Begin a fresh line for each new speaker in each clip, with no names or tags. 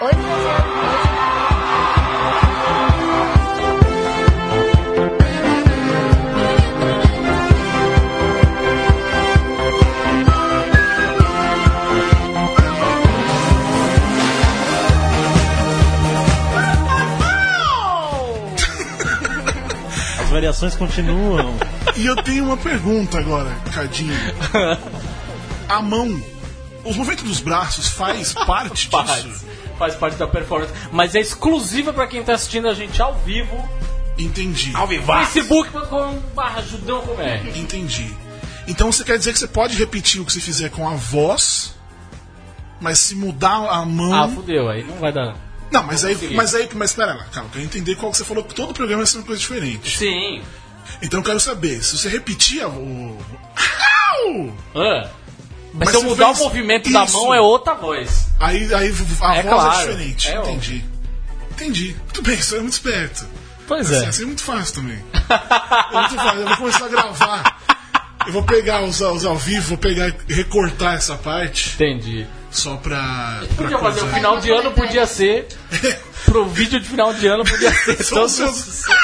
Hoje você.
As variações continuam.
E eu tenho uma pergunta agora, Cadinho. A mão, os movimentos dos braços faz parte
Faz,
disso?
faz parte da performance. Mas é exclusiva pra quem tá assistindo a gente ao vivo.
Entendi.
Facebook.com.br Judão Comédia.
Entendi. Então você quer dizer que você pode repetir o que você fizer com a voz, mas se mudar a mão.
Ah, fudeu, aí não vai dar.
não, mas aí, mas aí, mas pera lá, calma, eu quero entender qual que você falou que todo programa vai ser uma coisa diferente.
Sim.
Então eu quero saber, se você repetir a, o.
Ah. Mas,
Mas
se eu
você
mudar
fez
o movimento da
isso.
mão é outra voz.
Aí, aí a
É
voz
claro,
é diferente.
é óbvio.
Entendi. Entendi. Muito bem, isso é muito esperto.
Pois
Assim,
é.
assim é muito fácil também. É muito fácil. Eu vou começar a gravar. Eu vou pegar os, os ao vivo, vou pegar e recortar essa parte
Entendi.
só pra. pra
Podia fazer o
coisa.
final de ano, podia ser. Pro vídeo de final de ano, podia ser.
Só os
todos os-
seus-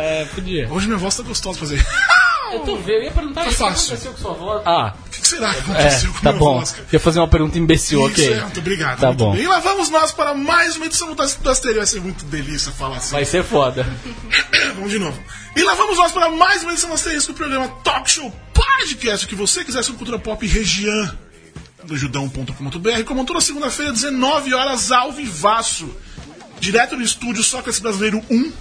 É, podia.
Hoje minha voz tá gostosa de fazer.
Eu tô vendo, eu ia perguntar
Tá
isso, o que
fácil.
aconteceu com sua voz. Ah,
O que que será que
é,
aconteceu com
tá
minha
bom.
voz? cara?
Ia fazer uma pergunta imbecil, ok.
Certo, obrigado.
Tá
muito
bom.
bem. E lá vamos nós para mais uma edição do Asteria. Vai ser muito delícia falar assim.
Vai ser foda.
Vamos de novo. E lá vamos nós para mais uma edição do Asterisco do programa Talk Show Podcast. O que você quiser sobre cultura pop região do judão.com.br. Como toda segunda-feira, 19 horas, ao vivaço. Direto do estúdio Sócrates Brasileiro 1,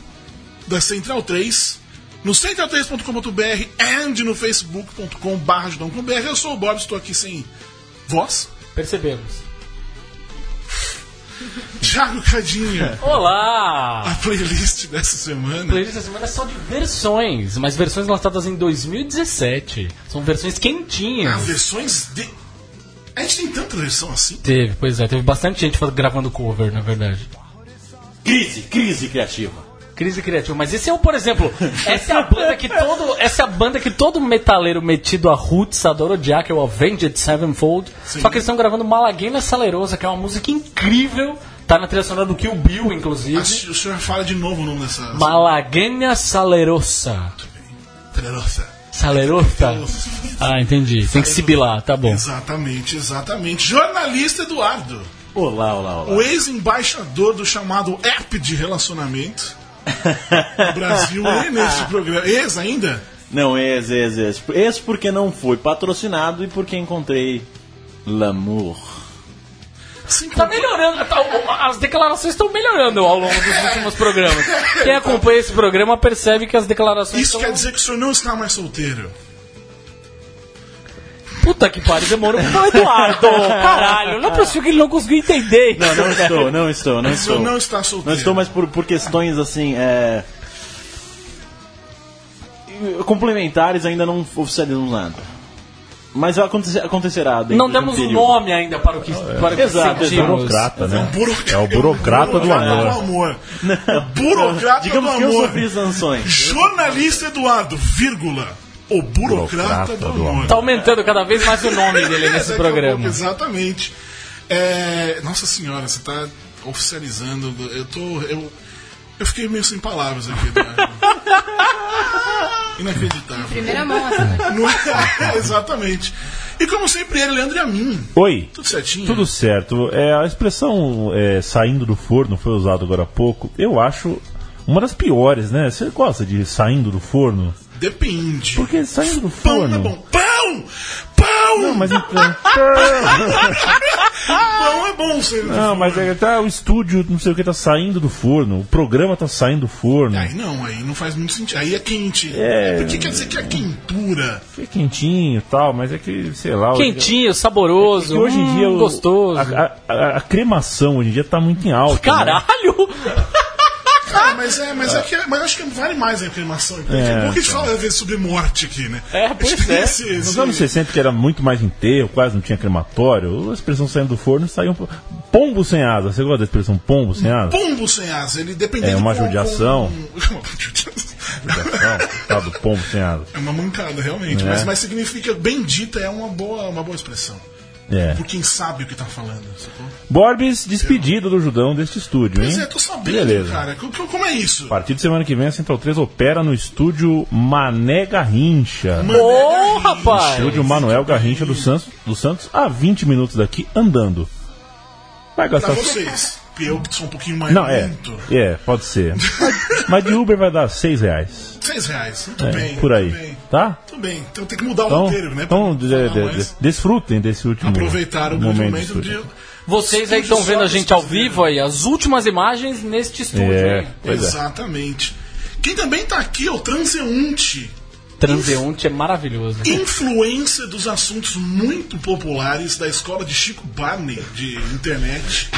da Central 3. No central3.com.br and no facebook.com.br judão.com.br. Eu sou o Bob, estou aqui sem voz.
Percebemos.
Thiago
É.
Cadinha,
Olá!
a playlist dessa semana.
playlist da semana é só de versões, mas versões lançadas em 2017. São versões
Ah,
quentinhas.
versões de. A gente tem tanta versão assim.
Teve, pois é, teve bastante gente faz- gravando cover, na verdade.
Crise, crise criativa.
Crise criativa, mas esse é o, por exemplo, essa é a banda que todo, essa é a banda que todo metaleiro metido a roots adora odiar, que é o Avenged Sevenfold. Só que eles estão gravando Malaguena Salerosa, que é uma música incrível, tá na trilha sonora do Kill Bill, inclusive.
Ah, O senhor fala de novo o nome dessa.
Malaguena Salerosa.
Nossa.
Salerosa? Ah, entendi. Tem que sibilar, tá bom.
Exatamente, exatamente. Jornalista Eduardo,
Olá, olá, olá.
o ex-embaixador do chamado app de relacionamento do Brasil, é neste programa. Ex ainda?
Não, ex, ex, ex. Ex porque não foi patrocinado e porque encontrei L'amour.
Sim,
Tá melhorando, tá- o- as declarações estão melhorando ao longo dos últimos programas. Quem acompanha esse programa percebe que as declarações
Isso
estão...
quer dizer que o senhor não está mais solteiro.
Puta que pariu, demorou pro Eduardo, caralho. Não é possível que ele não conseguiu entender.
Não, não estou, não estou, não
O senhor
estou.
não está solteiro.
Não estou, mas por, por questões assim, é. Complementares ainda não oficializamos nada. Mas aconte- acontecerá. dentro
Não
de um
demos um
período.
nome ainda para o que, para o que
Exato,
sentimos.
burocrata, né?
Buro-
É o burocrata do
um Do
amor.
amor. Burocrata
Digamos
do
que eu
amor.
sofri sanções.
Jornalista Eduardo, vírgula. O burocrata,
Burocrata
do
do
amor.
amor.
Tá aumentando cada vez mais o nome dele nesse
É, daqui a pouco,
programa.
exatamente. É, nossa senhora, você tá oficializando. Eu tô. Eu, eu fiquei meio sem palavras aqui. Eduardo. Inacreditável.
Primeira mão, assim.
Não é? exatamente. E como sempre, ele, Leandro e a mim.
Oi.
Tudo certinho?
Tudo certo. É, a expressão é, saindo do forno foi usada agora há pouco. Eu acho uma das piores, né? Você gosta de saindo do forno?
Depende.
Porque saindo do
Pão é
forno.
bom. Pão! Pão!
Não, mas então.
Pão é bom, saindo do
Não,
forno.
mas é, tá, o estúdio, não sei o que, tá saindo do forno. O programa tá saindo do forno.
Aí não, aí não faz muito sentido. Aí é quente.
É.
Porque quer dizer que é quentura.
É quentinho e tal, mas é que, sei lá.
Quentinho, saboroso,
Que hoje em dia
hum,
o-
gostoso.
A, a- a- a cremação hoje em dia tá muito em alta. né?
Caralho!
Cara,
Tá?
mas é, mas é que mas eu acho que vale mais a cremação. Porque é bom que a gente fala às vezes sobre morte aqui, né?
É,
A gente
pois
tem
é.
esse-
Nos
esse-
anos 60, que era muito mais enterro, quase não tinha crematório, a expressão saindo do forno saiu um po- pombo sem asa. Você gosta da expressão pombo sem asa?
Pombo sem asa, ele dependendo
É uma
com- com-
judiação.
É judiação.
Tá do pombo sem asa.
É uma mancada, realmente.
É.
Mas, mas significa bendita é uma boa, uma boa expressão.
É.
por quem sabe o que tá falando. sacou?
Borbes despedido do Judão deste estúdio, hein?
Pois é, tô sabendo,
Beleza.
cara. Co- co- Como é isso?
A partir de semana que vem, a Central 3 opera no estúdio Mané Garrincha.
Mané
Ô,
Garrincha.
rapaz!
Estúdio Manuel Garrincha do Santos, do Santos, a 20 minutos daqui, andando. Vai
Pra
gastar.
vocês. Porque eu que sou um pouquinho mais
Não, é.
lento.
É, pode ser. Mas, mas de Uber vai dar 6 reais.
Seis reais. Muito
É,
bem.
por
Muito bem.
aí. Tá?
Muito bem. Então tem que mudar o
Então,
roteiro, né?
então
pra-
de-
pra
de-
não mais
de- desfrutem desse último
Aproveitar o grande momento de.
Vocês aí estão vendo a gente ao vivo aí, as últimas imagens neste estúdio,
É,
hein?
né?
pois é.
Exatamente. Quem também tá aqui é o transeunte.
Transeunte é maravilhoso.
Influência dos assuntos muito populares da escola de Chico Barney de internet.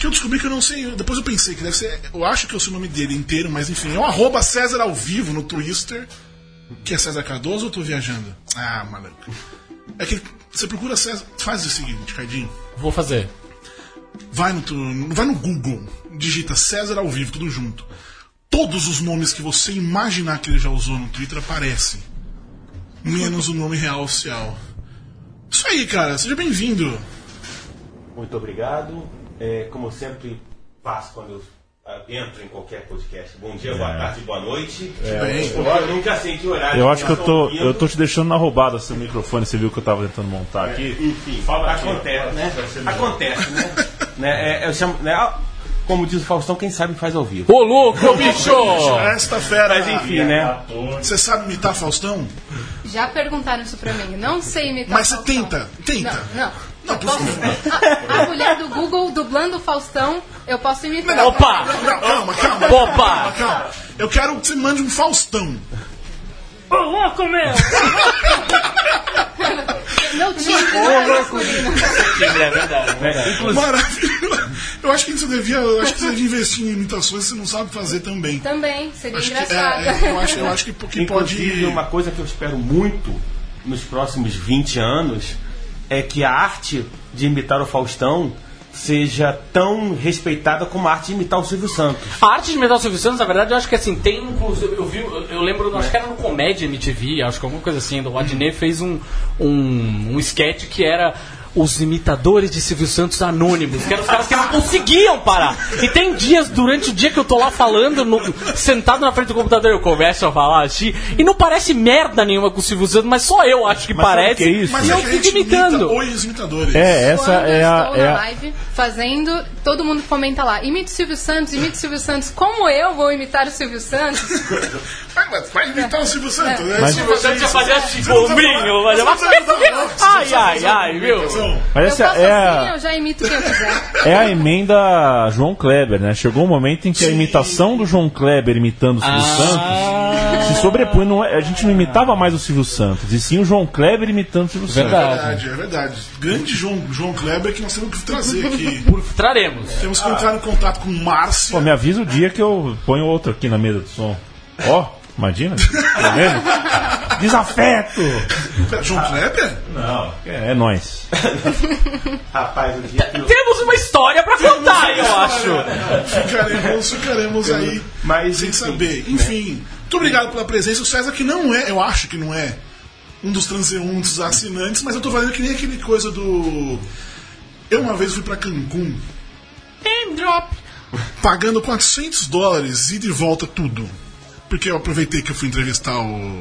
Que eu descobri que eu não sei. Depois eu pensei que deve ser. Eu acho que eu sei o nome dele inteiro, mas enfim. É o arroba César ao vivo no Twister. Que é César Cardoso ou eu tô viajando? Ah, maluco. É que você procura César. Faz o seguinte, Cardinho.
Vou fazer.
Vai no, tu- vai no Google, digita César ao vivo, tudo junto. Todos os nomes que você imaginar que ele já usou no Twitter aparecem. Menos o nome real oficial. Isso aí, cara. Seja bem-vindo.
Muito obrigado. É, como eu sempre faço quando eu ah, entro em qualquer podcast. Bom dia, boa tarde, boa noite.
Bem,
Eu, É. eu nunca sei que horário.
Eu acho que eu
vocês
tô,
estão
eu tô te deixando na roubada seu microfone, você viu que eu tava tentando montar aqui.
Enfim, acontece, né? Acontece, né? Né, é, eu chamo- né, ah, Como diz o Faustão, quem sabe faz ao vivo.
Ô, louco, bicho!
Esta fera.
Mas enfim, né?
Você sabe imitar Faustão?
Já perguntaram isso pra mim. Não sei imitar
Mas
o
você
Tá, Faustão.
tenta, tenta.
Não, não. Tá
Não,
Eu
por
posso- a, a mulher do Google dublando o Faustão, eu posso imitar.
Opa!
Não, calma, calma.
Opa!
Calma, calma. Eu quero que você mande um Faustão.
Ô, louco, meu!
Meu time não é masculino.
Maravilha. Eu acho que você devia, eu acho que você devia investir em imitações, você não sabe fazer também.
Também, seria
Acho que,
engraçado.
é, é, eu, acho, eu acho que, que pode.
Inclusive, uma coisa que eu espero muito nos próximos 20 anos é que a arte de imitar o Faustão seja tão respeitada como a arte de imitar o Silvio Santos.
A arte de imitar o Silvio Santos, na verdade, eu acho que assim, tem inclusive, eu vi, eu eu lembro, acho que era no Comédia MTV, acho que alguma coisa assim, o Adnet fez um, um, um sketch que era os imitadores de Silvio Santos anônimos, que eram os caras que não conseguiam parar. E tem dias durante o dia que eu tô lá falando, no- sentado na frente do computador, eu começo a falar assim, e não parece merda nenhuma com o Silvio Santos, mas só eu acho que
Mas sabe
parece.
o que é isso?
Mas
E
é
eu
que a gente
fico imitando.
imita os imitadores.
É, essa
Quando
é
eu
a.
estou
é
na
a-
live fazendo, todo mundo comenta lá, imite o Silvio Santos, imite o Silvio Santos. Como eu vou imitar o Silvio Santos?
Ah, mas vai imitar o Silvio Santos, né? Se
Mas-
Silvio
você-
Santos ia fazer assim,
Você não sabe
gominho,
falar-
mas eu-
você não sabe falar- você tá não
Ai,
sabe
ai,
fazer
ai,
uma
meu.
imitação.
Mas
eu
essa
faço
é
assim, eu
a,
já imito quem eu quiser.
é a emenda João Kleber, né? Chegou o momento em que a imitação do João Kleber imitando o Silvio
Ah.
Santos se sobrepõe. Não, é- a gente não imitava mais o Silvio Santos, e sim o João Kleber imitando o Silvio
Verdade.
É verdade, é verdade. Grande João, João Kleber que nós temos que trazer aqui.
Traremos.
Temos que entrar em contato com
Santos. Pô,
Márcia.
me avisa o dia que eu ponho outro aqui na mesa de som. Ó, imagina. Tá vendo? Desafeto!
João Kleber?
É, é nóis.
Rapaz, o dia que eu-
Temos uma história pra contar, eu acho.
Ficaremos, ficaremos aí
Mas,
sem
enfim, né?
saber. Enfim, muito obrigado pela presença. O César que não é, eu acho que não é um dos transeuntes assinantes, mas eu tô fazendo que nem aquele coisa do. Eu uma vez fui pra Cancún pagando 400 dólares e de volta tudo. Porque eu aproveitei que eu fui entrevistar o.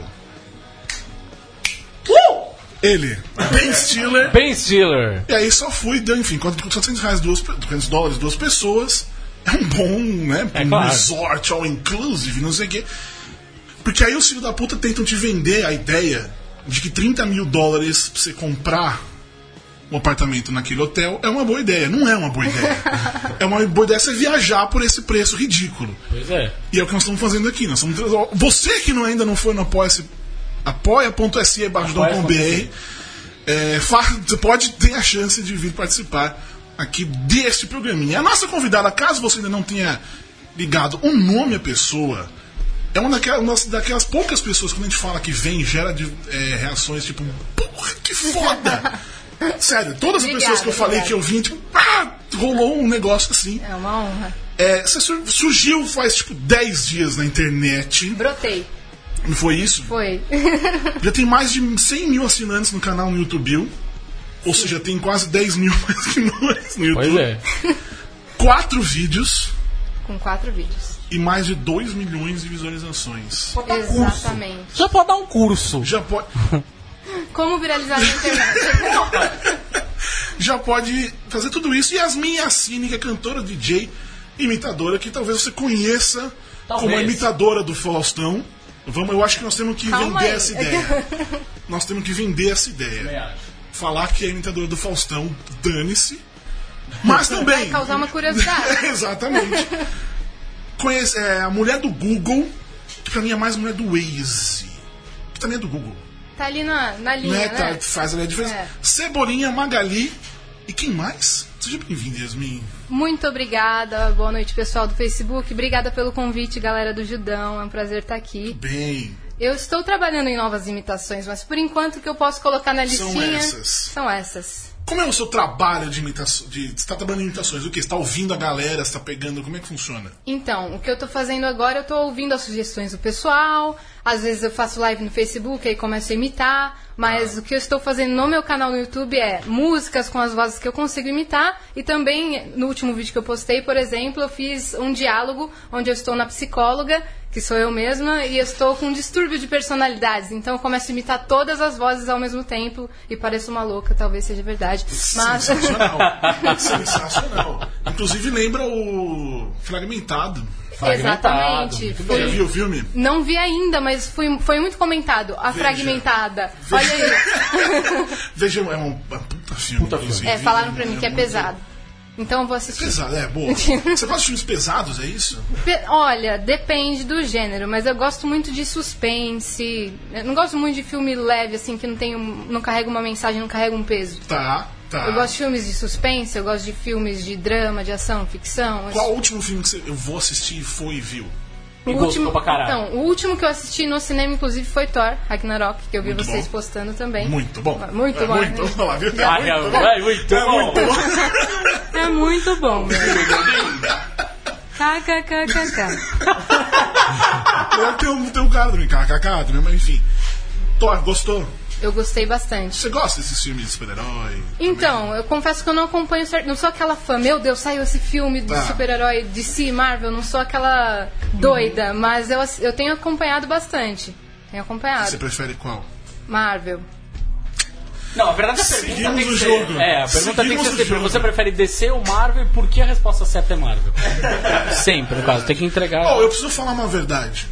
Uh!
Ele, Ben Stiller.
Ben Stiller.
E aí só fui, deu, enfim, quanto- 400 reais, duas, pe- 400 dólares, duas pessoas. É um bom, né? um
claro.
resort all inclusive, não sei o quê. Porque aí os filhos da puta tentam te vender a ideia de que 30 mil dólares pra você comprar um apartamento naquele hotel é uma boa ideia. Não é uma boa ideia. é uma boa ideia você viajar por esse preço ridículo.
Pois é.
E é o que nós estamos fazendo aqui. Nós estamos... Você que não- ainda não foi no apoia-se, apoia.se barra
Apoia.se.
.br, é, fa- você pode ter a chance de vir participar aqui deste programinha. A nossa convidada, caso você ainda não tenha ligado o nome à pessoa, é uma daquelas, uma daquelas poucas pessoas que quando a gente fala que vem, gera de- é, reações tipo, porra, que foda! Sério, todas as
Obrigada,
pessoas que eu falei
obrigada.
que eu vim, tipo, ah, rolou um negócio assim.
É uma honra.
É, você sur- surgiu faz tipo 10 dias na internet.
Brotei.
Não foi isso?
Foi.
Já tem mais de 100 mil assinantes no canal no YouTube. Ou seja, tem quase 10 mil mais que nós no YouTube.
Pois é.
Quatro vídeos
com quatro vídeos.
e mais de 2 milhões de visualizações.
Exatamente.
Já pode dar um curso.
Já pode,
Como viralizar na internet?
já pode fazer tudo isso. E Yasmin Yassine, que é cantora, DJ, imitadora, que talvez você conheça como a
Talvez.
imitadora do Faustão. Vamos, eu acho que nós temos que
Calma
vender
aí.
essa ideia. nós temos que vender essa ideia. Falar que é imitadora do Faustão, dane-se. Mas também.
Vai causar uma curiosidade.
Exatamente. Conhece, é, a mulher do Google, que pra mim é mais mulher do Waze. Que também é do Google.
Tá ali na, na linha,
né?
né?
Tá, faz ali a diferença.
É.
Cebolinha, Magali e quem mais? Seja bem-vindo, Yasmin.
Muito obrigada. Boa noite, pessoal do Facebook. Obrigada pelo convite, galera do Judão. É um prazer estar aqui.
Bem,
Eu estou trabalhando em novas imitações, mas por enquanto o que eu posso colocar na
São
listinha
essas.
são essas.
como é o seu trabalho de imitação? De, você tá trabalhando em imitações? O que? Você tá ouvindo a galera? Você tá pegando? Como é que funciona?
Então, o que eu tô fazendo agora, eu tô ouvindo as sugestões do pessoal, às vezes eu faço live no Facebook aí começo a imitar, mas o que eu estou fazendo no meu canal no YouTube é músicas com as vozes que eu consigo imitar e também no último vídeo que eu postei, por exemplo, eu fiz um diálogo onde eu estou na psicóloga, que sou eu mesma, e eu estou com um distúrbio de personalidades, então eu começo a imitar todas as vozes ao mesmo tempo e pareço uma louca, talvez seja verdade, mas
Sensacional. Sensacional. Inclusive lembra o Fragmentado.
Fragmentado.
Exatamente.
Já
Fui-
viu o filme?
Não vi ainda, mas fui, foi muito comentado. A fragmentada. Olha aí. É,
Veja, é um é um puta filme. inclusive.
É, falaram pra mim
É
que é
muito-
pesado. Então eu vou assistir.
Pesado, é, boa. Você faz filmes pesados, é isso?
Pe- Olha, depende do gênero, mas eu gosto muito de suspense. Eu não gosto muito de filme leve, assim, que não tem um- não carrega uma mensagem, não carrega um peso.
Tá, tá.
Eu gosto de filmes de suspense, eu gosto de filmes de drama, de ação, ficção. Assim,
Qual o último filme que você, eu vou assistir e foi e viu?
O
E gostou pra caralho.
Então, o último que eu assisti no cinema, inclusive, foi Thor, Ragnarok, que eu vi
Muito
vocês
bom.
postando também.
Muito bom.
Muito
é,
bom,
Muito
né?
bom, lá, viu? É
Ah,
muito
é,
bom.
vai, muito
É
bom.
muito bom.
É muito bom, meu. KKKKK.
Eu tenho, tenho um cara também, KKK também, mas enfim. Thor, gostou?
Eu gostei bastante.
Você gosta desses filmes de super-herói?
Então, eu confesso que eu não acompanho certo. Não sou aquela fã, meu Deus, saiu esse filme do
Tá.
super-herói de si, Marvel. Não sou aquela
Uhum.
doida, mas eu, ass- eu tenho acompanhado bastante. Tenho acompanhado.
Você prefere qual?
Marvel.
Não, a verdade é a pergunta
Seguimos
tem que
o
ser.
jogo.
É, a pergunta tem que
Seguimos o
ser sempre.
jogo.
Você prefere DC ou Marvel? Por que a resposta certa é Marvel? sempre, no caso. Tem que entregar.
Oh, eu Ah, preciso falar uma verdade.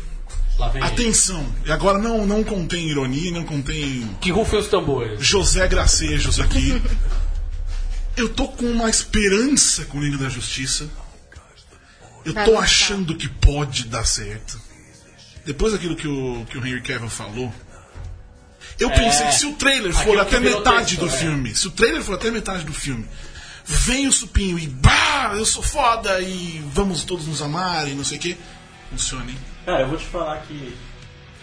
Lá vem ele.
Atenção, e agora não, não contém ironia, não contém
Que rufem os tambores.
José Gracejos aqui. Eu tô com uma esperança com o Liga da Justiça. Eu
Vai
tô
gostar.
achando que pode dar certo. Depois daquilo que o, que o Henry Cavill falou, eu pensei que se o trailer for
É, Aquilo que
até
virou
metade
texto,
do
é.
filme, se o trailer for até metade do filme, vem o supinho e bah, eu sou foda e vamos todos nos amar e não sei o que, funciona, hein?
Cara, eu vou te falar que.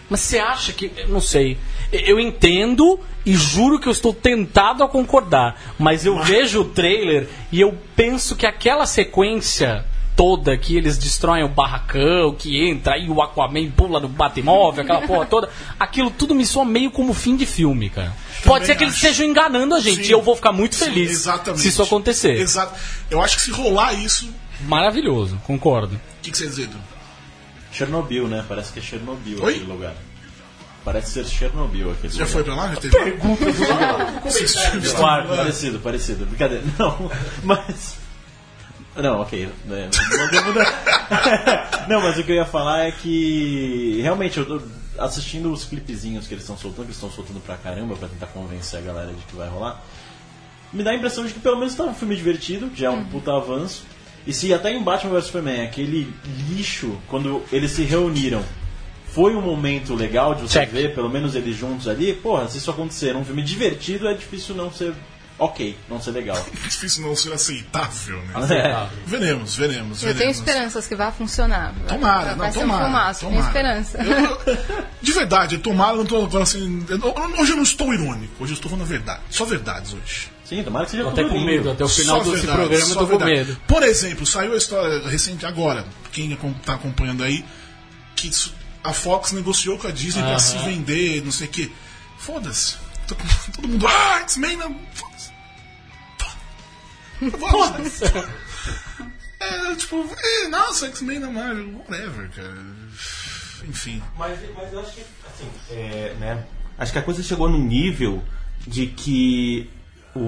Mas você acha que. eu Não sei. Eu entendo e juro que eu estou tentado a concordar. Mas eu vejo o trailer e eu penso que aquela sequência toda que eles destroem o barracão, que entra aí o Aquaman pula no Batmóvel, aquela porra toda, aquilo tudo me soa meio como fim de filme, cara. Pode ser que eles
acho.
estejam enganando a gente
Sim.
e eu vou ficar muito
Sim,
feliz
exatamente.
se isso acontecer.
Exato. Eu acho que se rolar isso,
Maravilhoso, concordo.
o que, que você diz, Edu?
Chernobyl, né? Parece que é Chernobyl
Oi?
aquele lugar. Parece ser Chernobyl aquele
Já
lugar.
foi pra lá? Já teve? Ah, Pergunta do
é tá? Claro, parecido, parecido. Brincadeira. Não, mas. Não, ok. né, não vou mudar. Não, mas o que eu ia falar é que. Realmente, eu tô assistindo os clipezinhos que eles estão soltando, que eles estão soltando pra caramba pra tentar convencer a galera de que vai rolar. Me dá a impressão de que pelo menos tá um filme divertido, já é um puta avanço. E se até em Batman vs Superman, aquele lixo, quando eles se reuniram, foi um momento legal de você
Check.
ver, pelo menos eles juntos ali, porra, se isso acontecer num filme divertido, é difícil não ser ok, não ser legal.
Difícil não ser aceitável, né?
É.
Veremos, veremos,
Eu tenho
veremos.
esperanças que vai funcionar. Vai-
Tomara,
vai
não,
ser
tomara.
um filmaço, tenho
tomara.
esperança.
Eu- eu- de verdade, eu tomara, eu não tô agora assim. eu não- hoje eu não estou irônico, hoje eu estou falando a verdade. Só verdades hoje.
Sim, tomara que seja
Tô até
tudo
com
lindo.
medo, até o final
Só
desse
verdades,
programa eu
só
tô com
verdades.
medo.
Por exemplo, saiu a história recente agora, quem acom- tá acompanhando aí, que isso- a Fox negociou com a Disney pra se vender, não sei o quê. Foda-se. Tô com- Todo mundo, ah, X-Men não. Foda-se. Foda-se. É, tipo, é, nossa, X-Men da Marvel, whatever, cara. Enfim.
Mas, mas eu acho que, assim, é, né? Acho que a coisa chegou num nível de que o,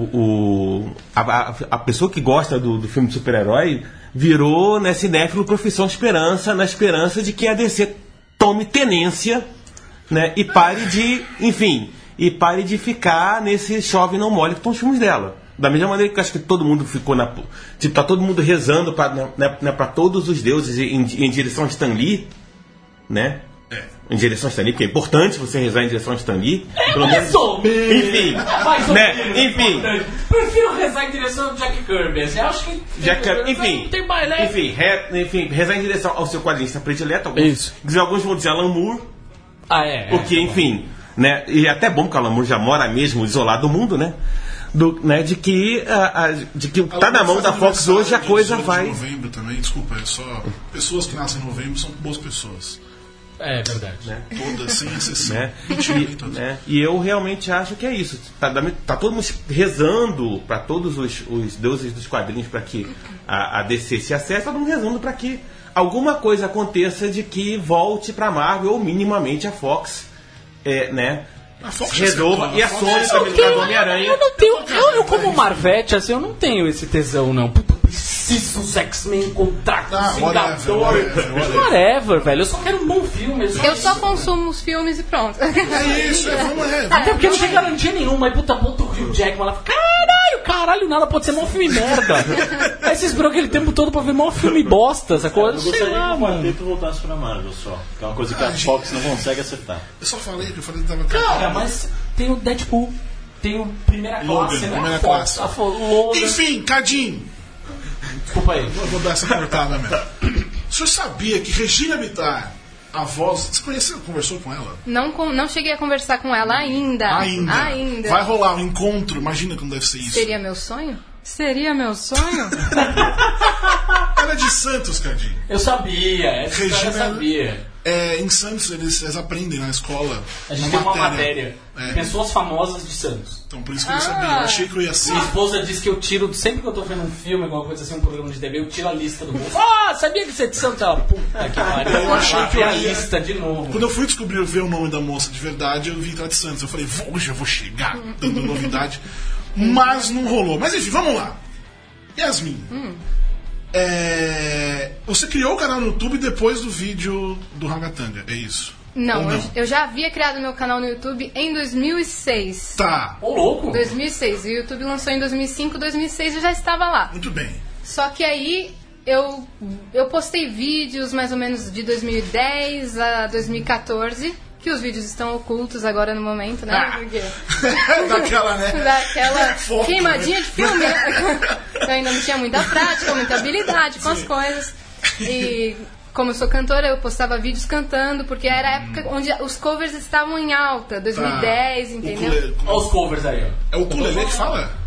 o- a, a- a pessoa que gosta do, do filme de super-herói virou, né, cinéfilo profissão esperança, na esperança de que a DC tome tenência, né? E pare de, enfim, e pare de ficar nesse chove não molha que estão os filmes dela. Da mesma maneira que eu acho que todo mundo ficou na. Tipo, tá todo mundo rezando pra, né, né, pra todos os deuses em, em direção a Stan Lee, né? Em direção a Stan Lee, porque é importante você rezar em direção a Stan Lee. Pelo menos. Enfim,
Mais ou
né?
menos
Enfim,
importante. Prefiro rezar em direção ao Jack Kirby. assim, Eu acho que.
já que,
não
enfim,
Tem mais, né?
enfim, re, enfim, rezar em direção ao seu quadrinista predileto. Alguns,
Isso.
dizer- Alguns vão dizer Alan Moore,
Ah, é. é.
porque, enfim, né? E é até bom que o Alan Moore já mora mesmo isolado do mundo, né? Do, né, de que a- a- de que o que tá na mão da Fox hoje a coisa
18 de
vai
novembro também, desculpa, é só. Pessoas que nascem em novembro são boas pessoas.
É verdade.
Todas, sem exceção.
né?
Mentira, é nem todas.
né? E eu realmente acho que é isso. Tá, da- tá todo mundo rezando para todos os, os deuses dos quadrinhos para que a, a DC se acesse, tá todo mundo rezando para que alguma coisa aconteça de que volte para Marvel ou minimamente a Fox, é, né?
A Fox já
Resolva
acertou,
e
a
a
Fox
Sony
já
também
acertou.
do Homem-Aranha.
é Eu não tenho. Eu, eu como Marvete, assim, eu não tenho esse tesão, não. Puta, eu preciso dos X-Men encontrar com
Ah,
os
whatever,
Vingadores.
whatever, whatever.
Whatever, velho. Eu só quero um bom filme.
Eu só
isso.
consumo os filmes e pronto.
É isso, é, vamos é.
Até porque não tem garantia nenhuma. Aí, puta, bota o Rio Jackman lá. Caralho, caralho, nada. Pode ser mó filme merda. Aí vocês esperam aquele tempo todo pra ver mó filme bosta, essa coisa.
Eu
Sei
gostaria
lá,
que o
mano.
quarteto voltasse pra Marvel só. Que é uma coisa que a Fox não consegue acertar.
Eu só falei que eu falei que tava.
Cara, mas tem o Deadpool. Tem o Primeira
Logan,
Classe, né?
Primeira
A Fox,
Classe.
a Fo- Logan.
Enfim, Cadinho,
Desculpa aí.
eu vou dar essa cortada mesmo. O senhor sabia que Regina Bittar, a voz. Você conheceu, conversou com ela?
Não, con- não cheguei a conversar com ela ainda.
Ainda.
Tá. Ainda.
Vai rolar um encontro, imagina como deve ser isso.
Seria meu sonho? Seria meu sonho?
Ela é de Santos, Cadinho.
Eu sabia, essa história eu
Regina-
sabia.
É, em Santos eles, eles aprendem na escola.
A gente tem uma matéria.
É.
Pessoas famosas de Santos.
Então por isso que eu
Ah.
sabia. Eu achei que eu ia ser.
Minha esposa diz que eu tiro, sempre que eu tô vendo um filme, alguma coisa assim, um programa de TV, eu tiro a lista do bolso. Ah, sabia que você é de Santos? Ela, puta que pariu.
Eu achei que eu
Matei a
ia-
lista de novo.
Quando eu fui descobrir ver o nome da moça de verdade, eu vi que ela é de Santos. Eu falei, "Vou- hoje eu vou chegar dando novidade. Mas não rolou. Mas enfim, vamos lá. Yasmin.
Hum.
É, Você criou o canal no YouTube depois do vídeo do Ragatanga, é isso? Ou
Não,
não?
Eu, eu já havia criado meu canal no YouTube em 2006.
Tá,
Ô, louco.
2006. E o YouTube lançou em 2005, 2006 eu já estava lá.
muito bem.
Só que aí eu, eu postei vídeos mais ou menos de 2010 a 2014, que os vídeos estão ocultos agora no momento, né?
Ah.
Porque
Daquela, né?
daquela
Foto,
queimadinha
né?
de filme. né? Eu ainda não tinha muita prática, muita habilidade com as coisas. E como eu sou cantora, eu postava vídeos cantando, porque era a época
Hum.
onde os covers estavam em alta, 2010,
Ah,
Tá.
entendeu?
Ukulele-
Olha os covers aí, ó.
É o ukulele que fala?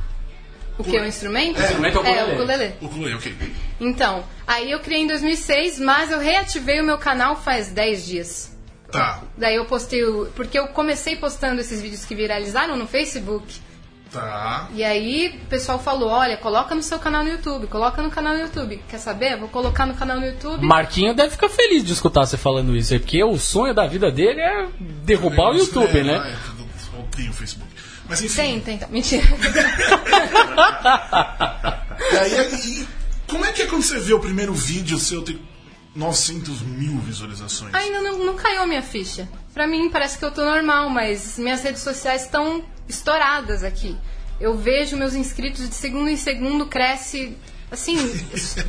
O que é o instrumento?
instrumento é o
é o
ukulele.
ukulele.
Ukulele, ok.
Então, aí eu criei em 2006, mas eu reativei o meu canal faz 10 dias.
Tá,
Daí eu postei, o, porque eu comecei postando esses vídeos que viralizaram no Facebook.
tá.
E aí o pessoal falou, olha, coloca no seu canal no YouTube, coloca no canal no YouTube. Quer saber? Vou colocar no canal no YouTube.
Marquinho deve ficar feliz de escutar você falando isso aí, porque o sonho da vida dele é derrubar o YouTube,
É,
né?
é, eu Odeio o Facebook. Mas enfim.
Tenta, então. Mentira.
E aí, e como é que é quando você vê o primeiro vídeo seu ter 900 mil visualizações?
Ainda não, não caiu a minha ficha. Pra mim parece que eu tô normal, mas minhas redes sociais estão estouradas aqui. Eu vejo meus inscritos de segundo em segundo cresce assim,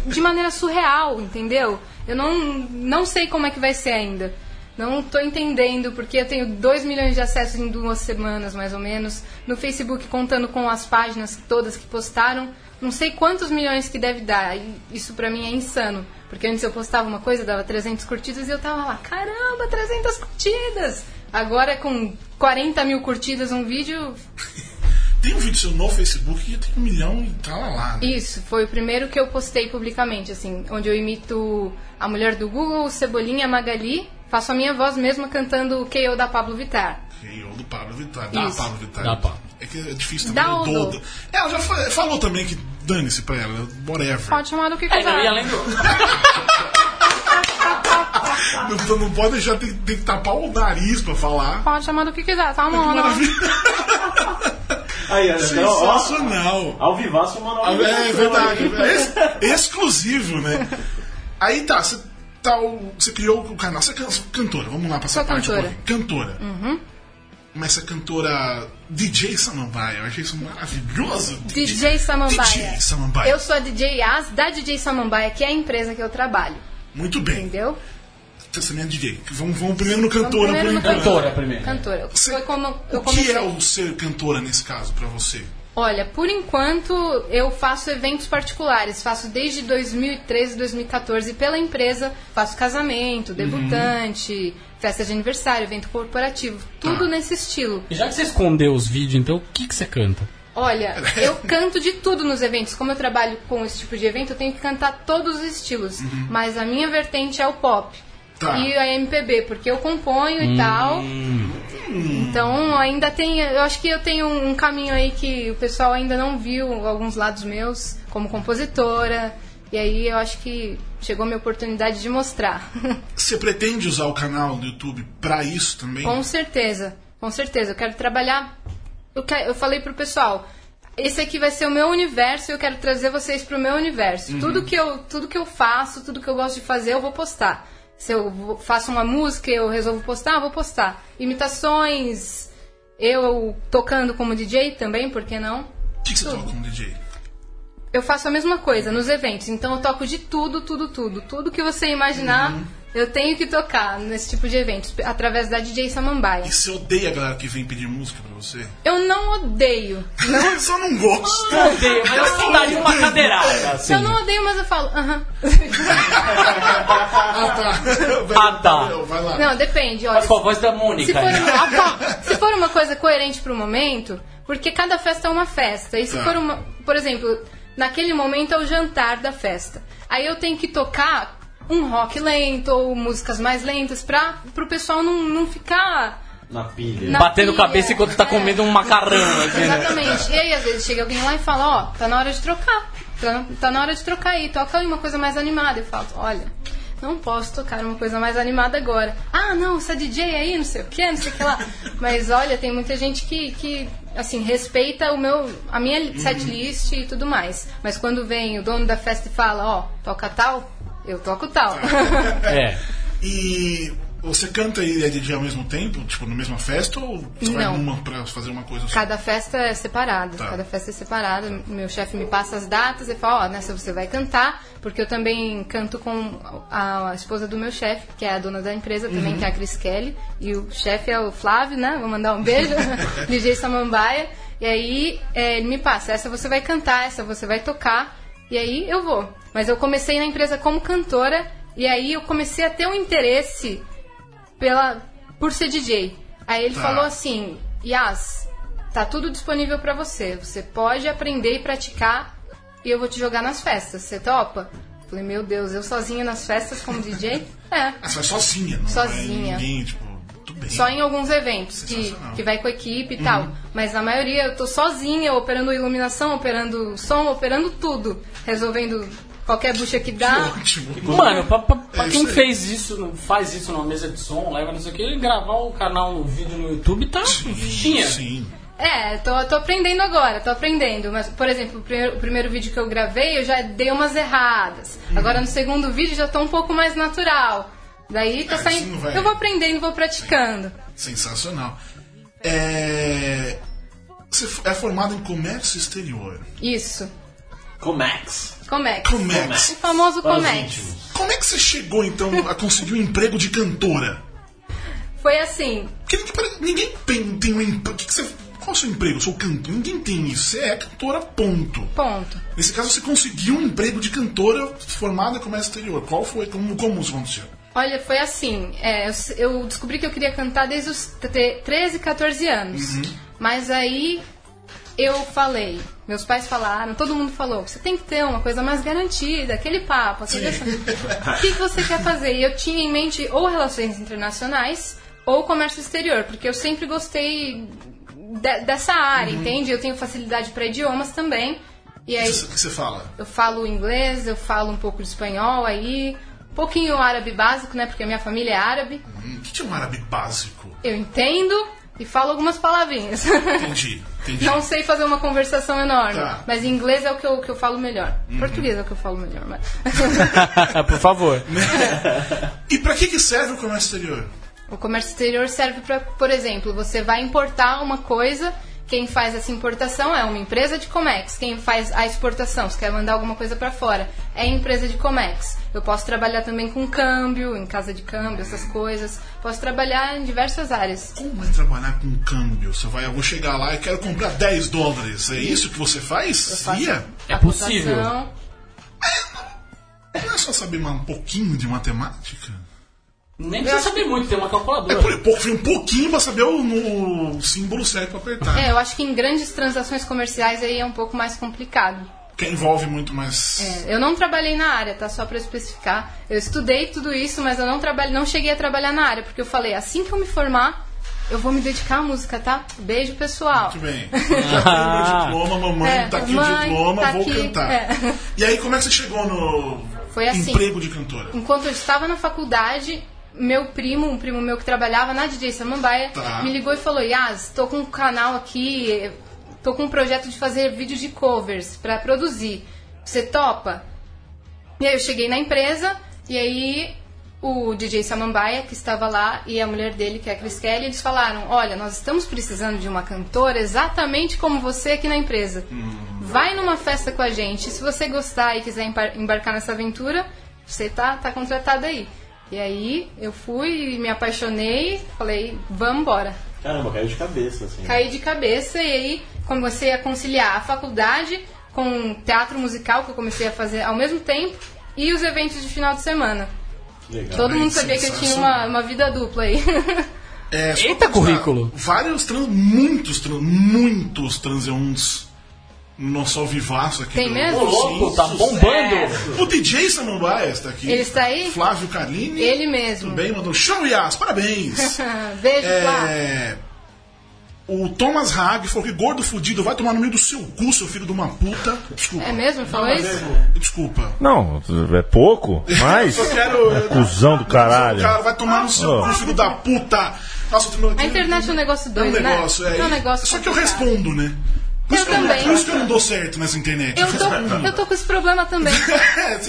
de maneira surreal, entendeu? Eu não, não sei como é que vai ser ainda. Não tô entendendo, porque eu tenho 2 milhões de acessos em duas semanas, mais ou menos. No Facebook, contando com as páginas todas que postaram, não sei quantos milhões que deve dar. E isso pra mim é insano. Porque antes eu postava uma coisa, dava 300 curtidas e eu tava lá, caramba, 300 curtidas! Agora com 40 mil curtidas um vídeo,
Tem um vídeo seu no Facebook que tem um milhão e tá lá lá. Né?
isso, foi o primeiro que eu postei publicamente, assim, onde eu imito a mulher do Google, Cebolinha, Magali, faço a minha voz mesma cantando o K.O. da Pablo Vittar.
E o do Pablo Vittar. Da
Isso.
Pablo Vittar.
Da Pablo.
É que é difícil também.
Da
o
Aldo.
Dodo. Ela já fa- falou também que Dane-se pra ela, whatever.
Pode chamar do que
É, não,
quiser.
e além do.
Então Não, não pode deixar, tem, tem que tapar o nariz pra falar.
Pode chamar do que quiser, tá, mano?
Aí, ó, então, ó,
Sensacional.
ao vivaço, mano. ao
É, é
vivaço,
verdade.
mano.
É ex- exclusivo, né? Aí tá, você tá, o- você criou o canal. Você é can- cantora, vamos lá pra essa
Sou
parte.
cantora. Uhum.
pô. Cantora. Mas essa cantora DJ Samambaia, eu achei isso maravilhoso.
DJ Samambaia.
DJ Samambaia.
Eu sou a DJ As da DJ Samambaia, que é a empresa que eu trabalho,
Muito bem.
entendeu? Então,
Você também é DJ. Vamos, vamos primeiro no cantora
primeiro no
por enquanto.
Cantora primeiro.
Cantora.
Você-
Foi como eu
o que
comecei.
é o ser cantora nesse caso pra você?
Olha, por enquanto eu faço eventos particulares, faço desde 2013, 2014 pela empresa, faço casamento, debutante,
Uhum.
festa de aniversário, evento corporativo, tudo
Tá.
nesse estilo.
E já que você escondeu os vídeos, então o que, que você canta?
Olha, eu canto de tudo nos eventos. Como eu trabalho com esse tipo de evento, eu tenho que cantar todos os estilos. Mas a minha vertente é o pop.
Tá.
E a MPB, porque eu componho e tal. Então ainda tem. Eu acho que eu tenho um caminho aí que o pessoal ainda não viu alguns lados meus, como compositora. E aí eu acho que chegou a minha oportunidade de mostrar.
Você pretende usar o canal do YouTube pra isso também?
Com certeza, com certeza. Eu quero trabalhar. Eu, que- eu falei pro pessoal, esse aqui vai ser o meu universo e eu quero trazer vocês pro meu universo. Tudo, que eu, tudo que eu faço, tudo que eu gosto de fazer, eu vou postar. Se eu vou- faço uma música e eu resolvo postar, eu vou postar. Imitações, eu tocando como DJ também, por que não?
O que, que você toca como DJ?
Eu faço a mesma coisa nos eventos, então eu toco de tudo, tudo, tudo. Tudo que você imaginar, eu tenho que tocar nesse tipo de eventos, através da DJ Samambaia.
E você odeia a galera que vem pedir música pra você?
Eu não odeio.
Não, só não gosto.
Odeio, mas eu só daria uma cadeirada, assim.
Eu não odeio, mas eu falo. aham.
Vai,
Ah, tá.
Gabriel, Vai lá.
Não, depende, olha.
Mas com a voz da Mônica.
Se for,
né?
uma, Ah, tá. se for uma coisa coerente pro momento, porque cada festa é uma festa. E se
Tá.
for uma. Por exemplo, naquele momento é o jantar da festa. Aí eu tenho que tocar um rock lento ou músicas mais lentas pra, pro pessoal não, não ficar.
Na pilha.
na
Batendo
pilha.
cabeça enquanto tá
É.
comendo um macarrão, assim, né?
Exatamente. E aí, às vezes, chega alguém lá e fala, ó, tá na hora de trocar. Tá, tá na hora de trocar aí, toca aí uma coisa mais animada. Eu falo, olha, não posso tocar uma coisa mais animada agora. Ah, não, você é DJ aí, não sei o que, não sei o que lá. Mas olha, tem muita gente que, que assim, respeita o meu, a minha
Uhum.
setlist e tudo mais. Mas quando vem o dono da festa e fala, ó, toca tal, eu toco tal.
É.
E você canta e é DJ ao mesmo tempo? Tipo, na mesma festa? Ou você vai
Não.
numa pra fazer uma coisa só?
Cada festa é separada.
Tá.
Cada festa é separada. Meu chefe me passa as datas e fala, ó, nessa você vai cantar, porque eu também canto com a, a esposa do meu chefe, que é a dona da empresa também,
Uhum.
que é a Cris Kelly. E o chefe é o Flávio, né? Vou mandar um beijo. DJ Samambaia. E aí é, ele me passa, essa você vai cantar, essa você vai tocar. E aí eu vou. Mas eu comecei na empresa como cantora, e aí eu comecei a ter um interesse pela por ser DJ. Aí ele
Tá.
falou assim: "Yas, tá tudo disponível pra você. Você pode aprender e praticar e eu vou te jogar nas festas. Você topa?" Falei: "Meu Deus, eu sozinha nas festas como DJ?" É.
Ah, você vai sozinha, não
Sozinha.
vai ninguém, tipo, tudo bem.
Só em alguns eventos que,
Sensacional.
que vai com a equipe e tal. Mas na maioria eu tô sozinha, operando iluminação, operando som, operando tudo. Resolvendo qualquer bucha que dá.
Ótimo.
Mano, pra, pra- pra
É
quem
isso aí.
fez isso, não- faz isso numa mesa de som, leva não sei o que, gravar o canal, o vídeo no YouTube tá fichinha.
Sim.
É, tô, tô aprendendo agora, tô aprendendo. Mas, por exemplo, o primeiro, o primeiro vídeo que eu gravei, eu já dei umas erradas.
Uhum.
Agora no segundo vídeo já tô um pouco mais natural. Daí
Ah,
tá
isso não
saindo.
vai-
Eu vou aprendendo, vou praticando.
Sensacional. É... Você f- é formado em comércio exterior.
Isso.
Comex.
Comex.
Comex.
O famoso
Para os
Comex.
íntimos.
Como é que você chegou, então, a conseguir um emprego de cantora?
Foi assim,
Porque ninguém, pare- ninguém tem, tem um emprego. Que que você... Qual é o seu emprego? Eu sou cantor. Ninguém tem isso. Você é cantora, ponto.
ponto.
Nesse caso, você conseguiu um emprego de cantora formada em comércio exterior. Qual foi? Como, como isso aconteceu?
Olha, foi assim. é, eu, s- eu descobri que eu queria cantar desde os tre- 13, 14 anos. Mas aí eu falei, meus pais falaram, todo mundo falou, você tem que ter uma coisa mais garantida, aquele papo, aquele assunto. O que que você quer fazer? E eu tinha em mente ou relações internacionais ou comércio exterior, porque eu sempre gostei de- dessa área, entende? Eu tenho facilidade para idiomas também. E
O que
aí
você- que você fala?
eu falo inglês, eu falo um pouco de espanhol aí, um pouquinho árabe básico, né? Porque a minha família é árabe.
Hum, o que que é um árabe básico?
Eu entendo e falo algumas palavrinhas.
Entendi, entendi.
Não sei fazer uma conversação enorme,
Tá.
mas inglês é o que eu, que eu falo melhor. Português é o que eu falo melhor, mas...
É, Por favor.
E pra que, que serve o comércio exterior?
O comércio exterior serve para, por exemplo, você vai importar uma coisa, quem faz essa importação é uma empresa de Comex, quem faz a exportação, se quer mandar alguma coisa para fora, é a empresa de Comex. Eu posso trabalhar também com câmbio, em casa de câmbio, essas coisas. Posso trabalhar em diversas áreas.
Como é trabalhar com câmbio? Você vai, eu vou chegar lá e quero comprar 10 dólares. É isso que você faz? Ia?
É possível.
Cotação.
Não é só saber uma- um pouquinho de matemática?
Nem precisa saber muito, tem uma calculadora.
Por, por, foi um pouquinho pra saber o no símbolo certo pra apertar.
É, eu acho que em grandes transações comerciais aí é um pouco mais complicado.
Que envolve muito mais.
É, eu não trabalhei na área, tá? Só pra especificar. Eu estudei tudo isso, mas eu não trabalhei, não cheguei a trabalhar na área, porque eu falei, assim que eu me formar, eu vou me dedicar à música, tá? Beijo, pessoal.
Muito bem. Já tenho meu
Ah.
diploma, mamãe,
É,
tá aqui o
mãe,
diploma,
tá
vou
aqui,
cantar.
é.
E aí, como é que você chegou no
Foi assim.
emprego de cantora?
Enquanto eu estava na faculdade, meu primo, um primo meu que trabalhava na DJ Samambaia,
Tá.
me ligou e falou: Yas, tô com um canal aqui, tô com um projeto de fazer vídeo de covers pra produzir. Você topa? E aí eu cheguei na empresa e aí o DJ Samambaia, que estava lá, e a mulher dele, que é a Cris Kelly, eles falaram: Olha, nós estamos precisando de uma cantora exatamente como você aqui na empresa. Vai numa festa com a gente. Se você gostar e quiser embar- embarcar nessa aventura, você tá, tá contratada aí. E aí eu fui, e me apaixonei, falei: Vamos embora.
Caramba, caiu de cabeça, assim.
Caí de cabeça e aí comecei a conciliar a faculdade com o teatro musical que eu comecei a fazer ao mesmo tempo e os eventos de final de semana.
Que legal.
Todo
bem,
mundo sabia que eu tinha
sensacional.
uma, uma vida dupla aí.
É, só
Eita,
pra constar,
currículo.
Vários trans, muitos trans, muitos transeuntes no nosso alvivaço aqui.
Tem
do-
mesmo?
Ô, louco, tá bombando.
O DJ Samambaia está aqui.
Ele está aí?
Flávio Carlini.
Ele mesmo. Ah,
Tudo bem, mandou show, Yas, parabéns.
Beijo, Flávio.
É, O Thomas Hag falou que gordo fudido vai tomar no meio do seu cu, seu filho de uma puta. Desculpa.
É mesmo? Falou isso?
Desculpa.
Não, é pouco, mas.
Eu quero.
Cusão do caralho.
Cara, vai tomar no seu
Oh.
cu, filho da puta. Nossa, eu tô-
A internet é um negócio
É um
doido, né?
negócio, é.
É um negócio
Só que eu
complicado.
respondo, né? Por
Eu
isso que não-
também.
Por isso que eu não dou certo nessa internet.
Eu tô, eu tô com esse problema também.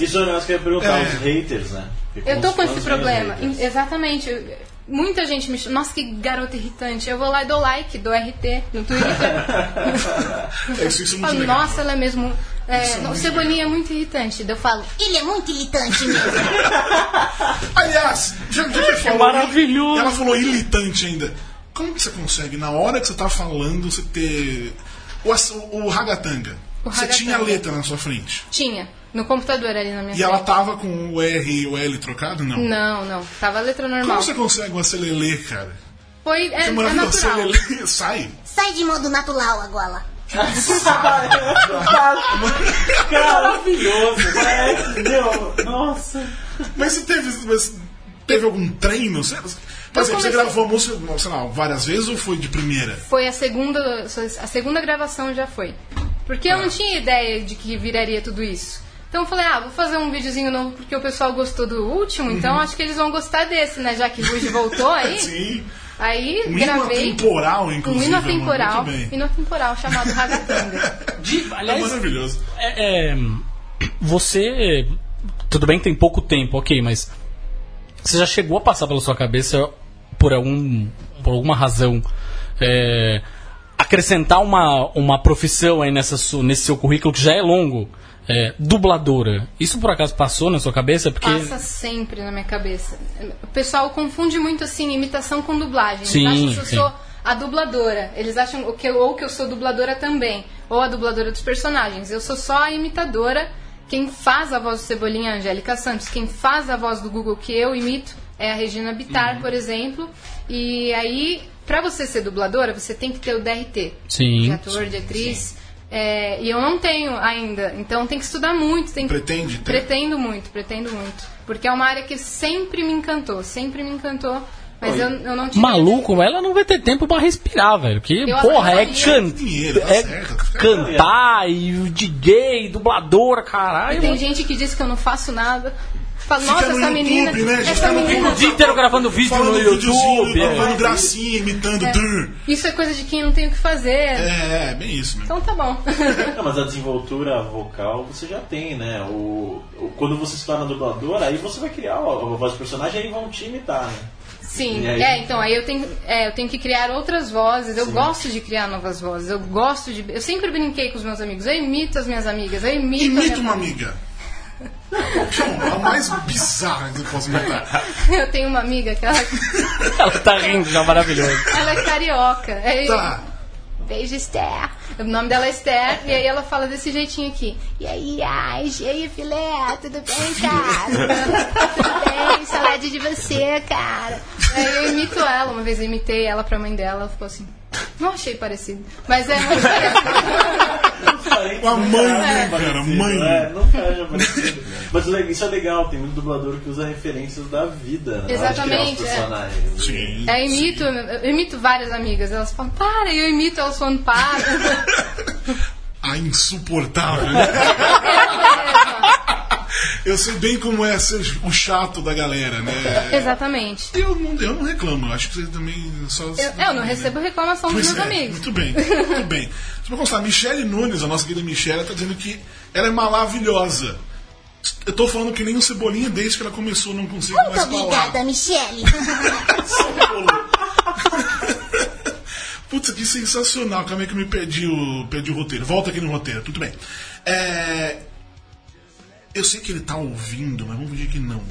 Isso é um negócio que eu ia perguntar,
É.
os haters, né? Porque
Eu tô
os
com
fãs
esse
vêm os
problema.
haters.
Em- Exatamente. Eu- Muita gente me chama. Nossa, que garota irritante. Eu vou lá e dou like, dou RT no Twitter.
É, isso- isso é muito
Falo,
legal.
Nossa, ela é mesmo. é,
Isso é
o
muito
Cebolinha é muito irritante. Daí eu falo, ele é muito irritante mesmo.
Aliás, já, já
É
que falou,
maravilhoso.
Ela falou irritante ainda. Como que você consegue, na hora que você tá falando, você ter. O, ass- o, o ragatanga.
O
você
ragatanga.
tinha a letra na sua frente.
Tinha, no computador ali na minha
E ela tava com o R e o L trocado? Não.
Não, não. Tava a letra
Como
normal.
você consegue o acelelê, cara?
Foi. É, é
Porque maravilha, o
natural.
acelelê sai.
Sai de modo natural agora.
Maravilhoso,
né?
parece, meu. Nossa.
Mas você teve, mas teve algum treino? Você, por exemplo, você
comecei-
gravou a música, sei lá, várias vezes ou foi de primeira?
Foi a segunda. A segunda gravação já foi. Porque
Ah.
eu não tinha ideia de que viraria tudo isso. Então eu falei, ah, vou fazer um videozinho novo porque o pessoal gostou do último, então acho que eles vão gostar desse, né? Já que Ruge voltou aí.
Uhum. Sim.
Aí
Um hino
É, gravei.
atemporal,
Um
inclusive.
hino
amor, muito
atemporal.
bem.
Hino atemporal chamado Ragatanga.
De,
É
aliás,
maravilhoso.
é, é, você. Tudo bem que tem pouco tempo, ok, mas. Você já chegou a passar pela sua cabeça, por, algum, por alguma razão, é, acrescentar uma, uma profissão aí nessa, su- nesse seu currículo que já é longo? é, dubladora. Isso por acaso passou na sua cabeça? Porque.
Passa sempre na minha cabeça. O pessoal confunde muito assim imitação com dublagem. Eles
Sim,
acham que eu
sim.
sou a dubladora. Eles acham o que eu- ou que eu sou dubladora também, ou a dubladora dos personagens. Eu sou só a imitadora. Quem faz a voz do Cebolinha é a Angélica Santos. Quem faz a voz do Google que eu imito é a Regina Bittar,
Uhum.
por exemplo. E aí, pra você ser dubladora, você tem que ter o DRT.
Sim.
De ator, de atriz. É, e eu não tenho ainda. Então tem que estudar muito, tem que
Pretende ter?
Pretendo muito, pretendo muito. Porque é uma área que sempre me encantou, sempre me encantou. Mas eu, eu não tive.
Maluco, ela não vai ter tempo pra respirar, velho. Que
Eu
porra, é,
adoraria.
can-
Dinheiro, tá
é
certo.
cantar e o DJ, dublador, caralho.
Tem gente que diz que eu não faço nada. Fala,
Fica
nossa,
no
essa
YouTube,
menina.
né? A gente
Essa
tá no
menina.
O dia inteiro gravando vídeo
Falando
no YouTube.
videozinho, tá
é.
falando gracinha, imitando. dur.
Isso é coisa de quem não tem o que
É.
fazer.
é, bem isso mesmo.
Então tá bom.
Não, Ah, mas a desenvoltura vocal você já tem, né? O, o- quando você se torna dublador, aí você vai criar a, a voz do personagem aí vão te imitar, né?
Sim,
E aí?
é, então aí eu tenho, é, eu tenho que criar outras vozes. Eu gosto de criar novas vozes. Eu gosto de. Eu sempre brinquei com os meus amigos. Eu imito as minhas amigas. Eu imito. a
Imita
minha
uma amiga. João, a mais bizarra que eu posso imitar.
Eu tenho uma amiga que ela,
Ela tá rindo, já maravilhoso.
ela é carioca. É,
Tá.
Beijo, Esther. O nome dela é Esther, e aí ela fala desse jeitinho aqui. E aí, ai, e aí, filé, tudo bem, cara? tudo bem, saudade de você, cara. Aí eu imito ela, uma vez eu imitei ela pra mãe dela, ela ficou assim. Não achei parecido, mas é muito
Uma mãe, né, cara? Mãe.
É, não haja parecido. Mas o le- isso é legal, tem muito dublador que usa referências da vida, né? na hora de criar os
Exatamente, é.
personagens. né?
Sim.
É, eu imito, eu imito várias amigas. Elas falam, para, e eu imito, elas falam, para.
A Ah, insuportável. né? Eu sei bem como é ser o chato da galera, né?
Exatamente.
Eu não, eu não reclamo, eu acho que você também só. né?
Eu, eu não recebo reclamação dos
Pois
meus
é,
amigos.
Muito bem, muito bem. Deixa eu constar, Michelle Nunes, a nossa querida Michelle, tá dizendo que ela é maravilhosa. Eu tô falando que nem um cebolinha desde que ela começou, não consigo
Muito
mais
obrigada,
falar.
Michele.
Putz, que sensacional. Calma aí que eu me perdi o, perdi o roteiro. Volta aqui no roteiro, tudo bem. É, Eu sei que ele tá ouvindo, mas vamos fingir que não.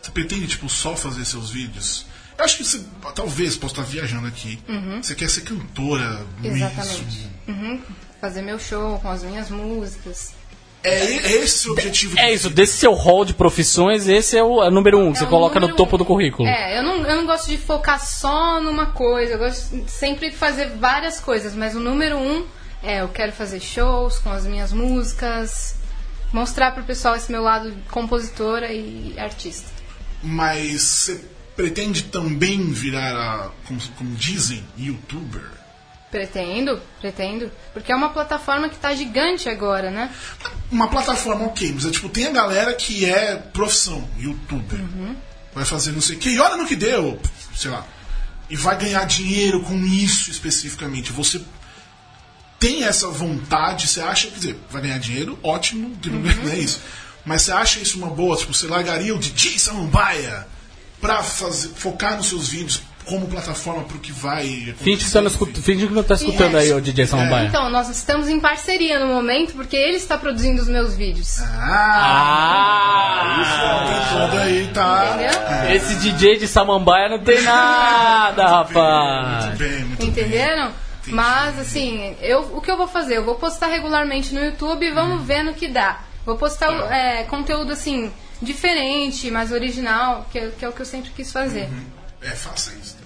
Você pretende, tipo, só fazer seus vídeos? Eu acho que você, talvez, posso estar viajando aqui. Você quer ser cantora mesmo.
Exatamente. Uhum. Fazer meu show com as minhas músicas.
É, é esse o objetivo.
É isso, desse seu hall de profissões, esse é o é o número um que
É
você
o
coloca no
número
topo
um.
do currículo.
É, eu não, eu não gosto de focar só numa coisa. Eu gosto de sempre de fazer várias coisas, mas o número um é eu quero fazer shows com as minhas músicas, mostrar pro pessoal esse meu lado de compositora e artista.
Mas você pretende também virar a, como, como dizem, youtuber?
Pretendo, pretendo. Porque é uma plataforma que tá gigante agora, né?
Uma plataforma ok, mas é tipo, tem a galera que é profissão, youtuber. Vai fazer não sei o que, e olha no que deu, sei lá. E vai ganhar dinheiro com isso especificamente. Você tem essa vontade, você acha, quer dizer, vai ganhar dinheiro, ótimo, que não não é isso. Mas você acha isso uma boa, tipo, você largaria o DJ Samambaia pra fazer, focar nos seus vídeos como plataforma pro que vai acontecer,
Finge que, tá não
enfim.
escuta- finge que não tá escutando aí, ô DJ Samambaia.
Então, nós estamos em parceria no momento, porque ele está produzindo os meus vídeos.
Ah,
Ah!
tem tudo aí, tá.
Entendeu?
Esse DJ de Samambaia não tem nada, rapaz!
Muito bem, muito bem.
Entenderam? Mas assim, eu, o que eu vou fazer? Eu vou postar regularmente no YouTube e
Uhum.
vamos ver no que dá. Vou postar
Tá.
é, conteúdo assim, diferente, mais original, que, é- que é o que eu sempre quis fazer.
É, faça isso.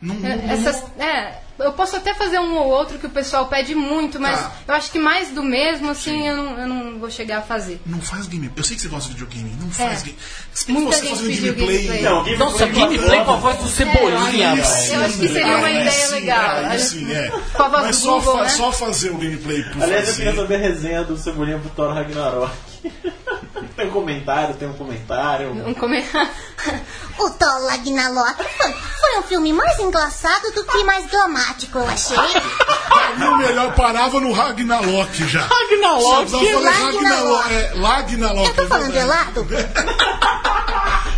Não, não-
É, Essas, é, eu posso até fazer um ou outro que o pessoal pede muito, mas
Tá.
eu acho que mais do mesmo, assim, eu não, eu não vou chegar a fazer.
não faz game. Eu sei que você gosta de videogame. Não faz
É.
game. Se bem que
Muita
você um
gente
fazendo
pediu
gameplay.
gameplay.
Não, alguém
Nossa, gameplay com a voz do
É.
Cebolinha,
Aí
velho.
sim,
Eu acho que seria uma
aí
ideia
sim,
legal.
Aí sim, é.
Com a voz
Mas
do
só,
Google,
fa-
né?
só fazer o gameplay por
Aliás, eu
fazer.
queria saber a resenha do Cebolinha pro Thor Ragnarok. tem um comentário, tem um comentário.
Um come...
O Thor Lagnalok foi, foi um filme mais engraçado do que mais dramático, eu achei.
E o melhor parava no Ragnarok já. Ragnarok? Só falando
Ragnarok.
Ragnarok. É, Ragnarok.
Eu tô
é
falando
verdade.
errado?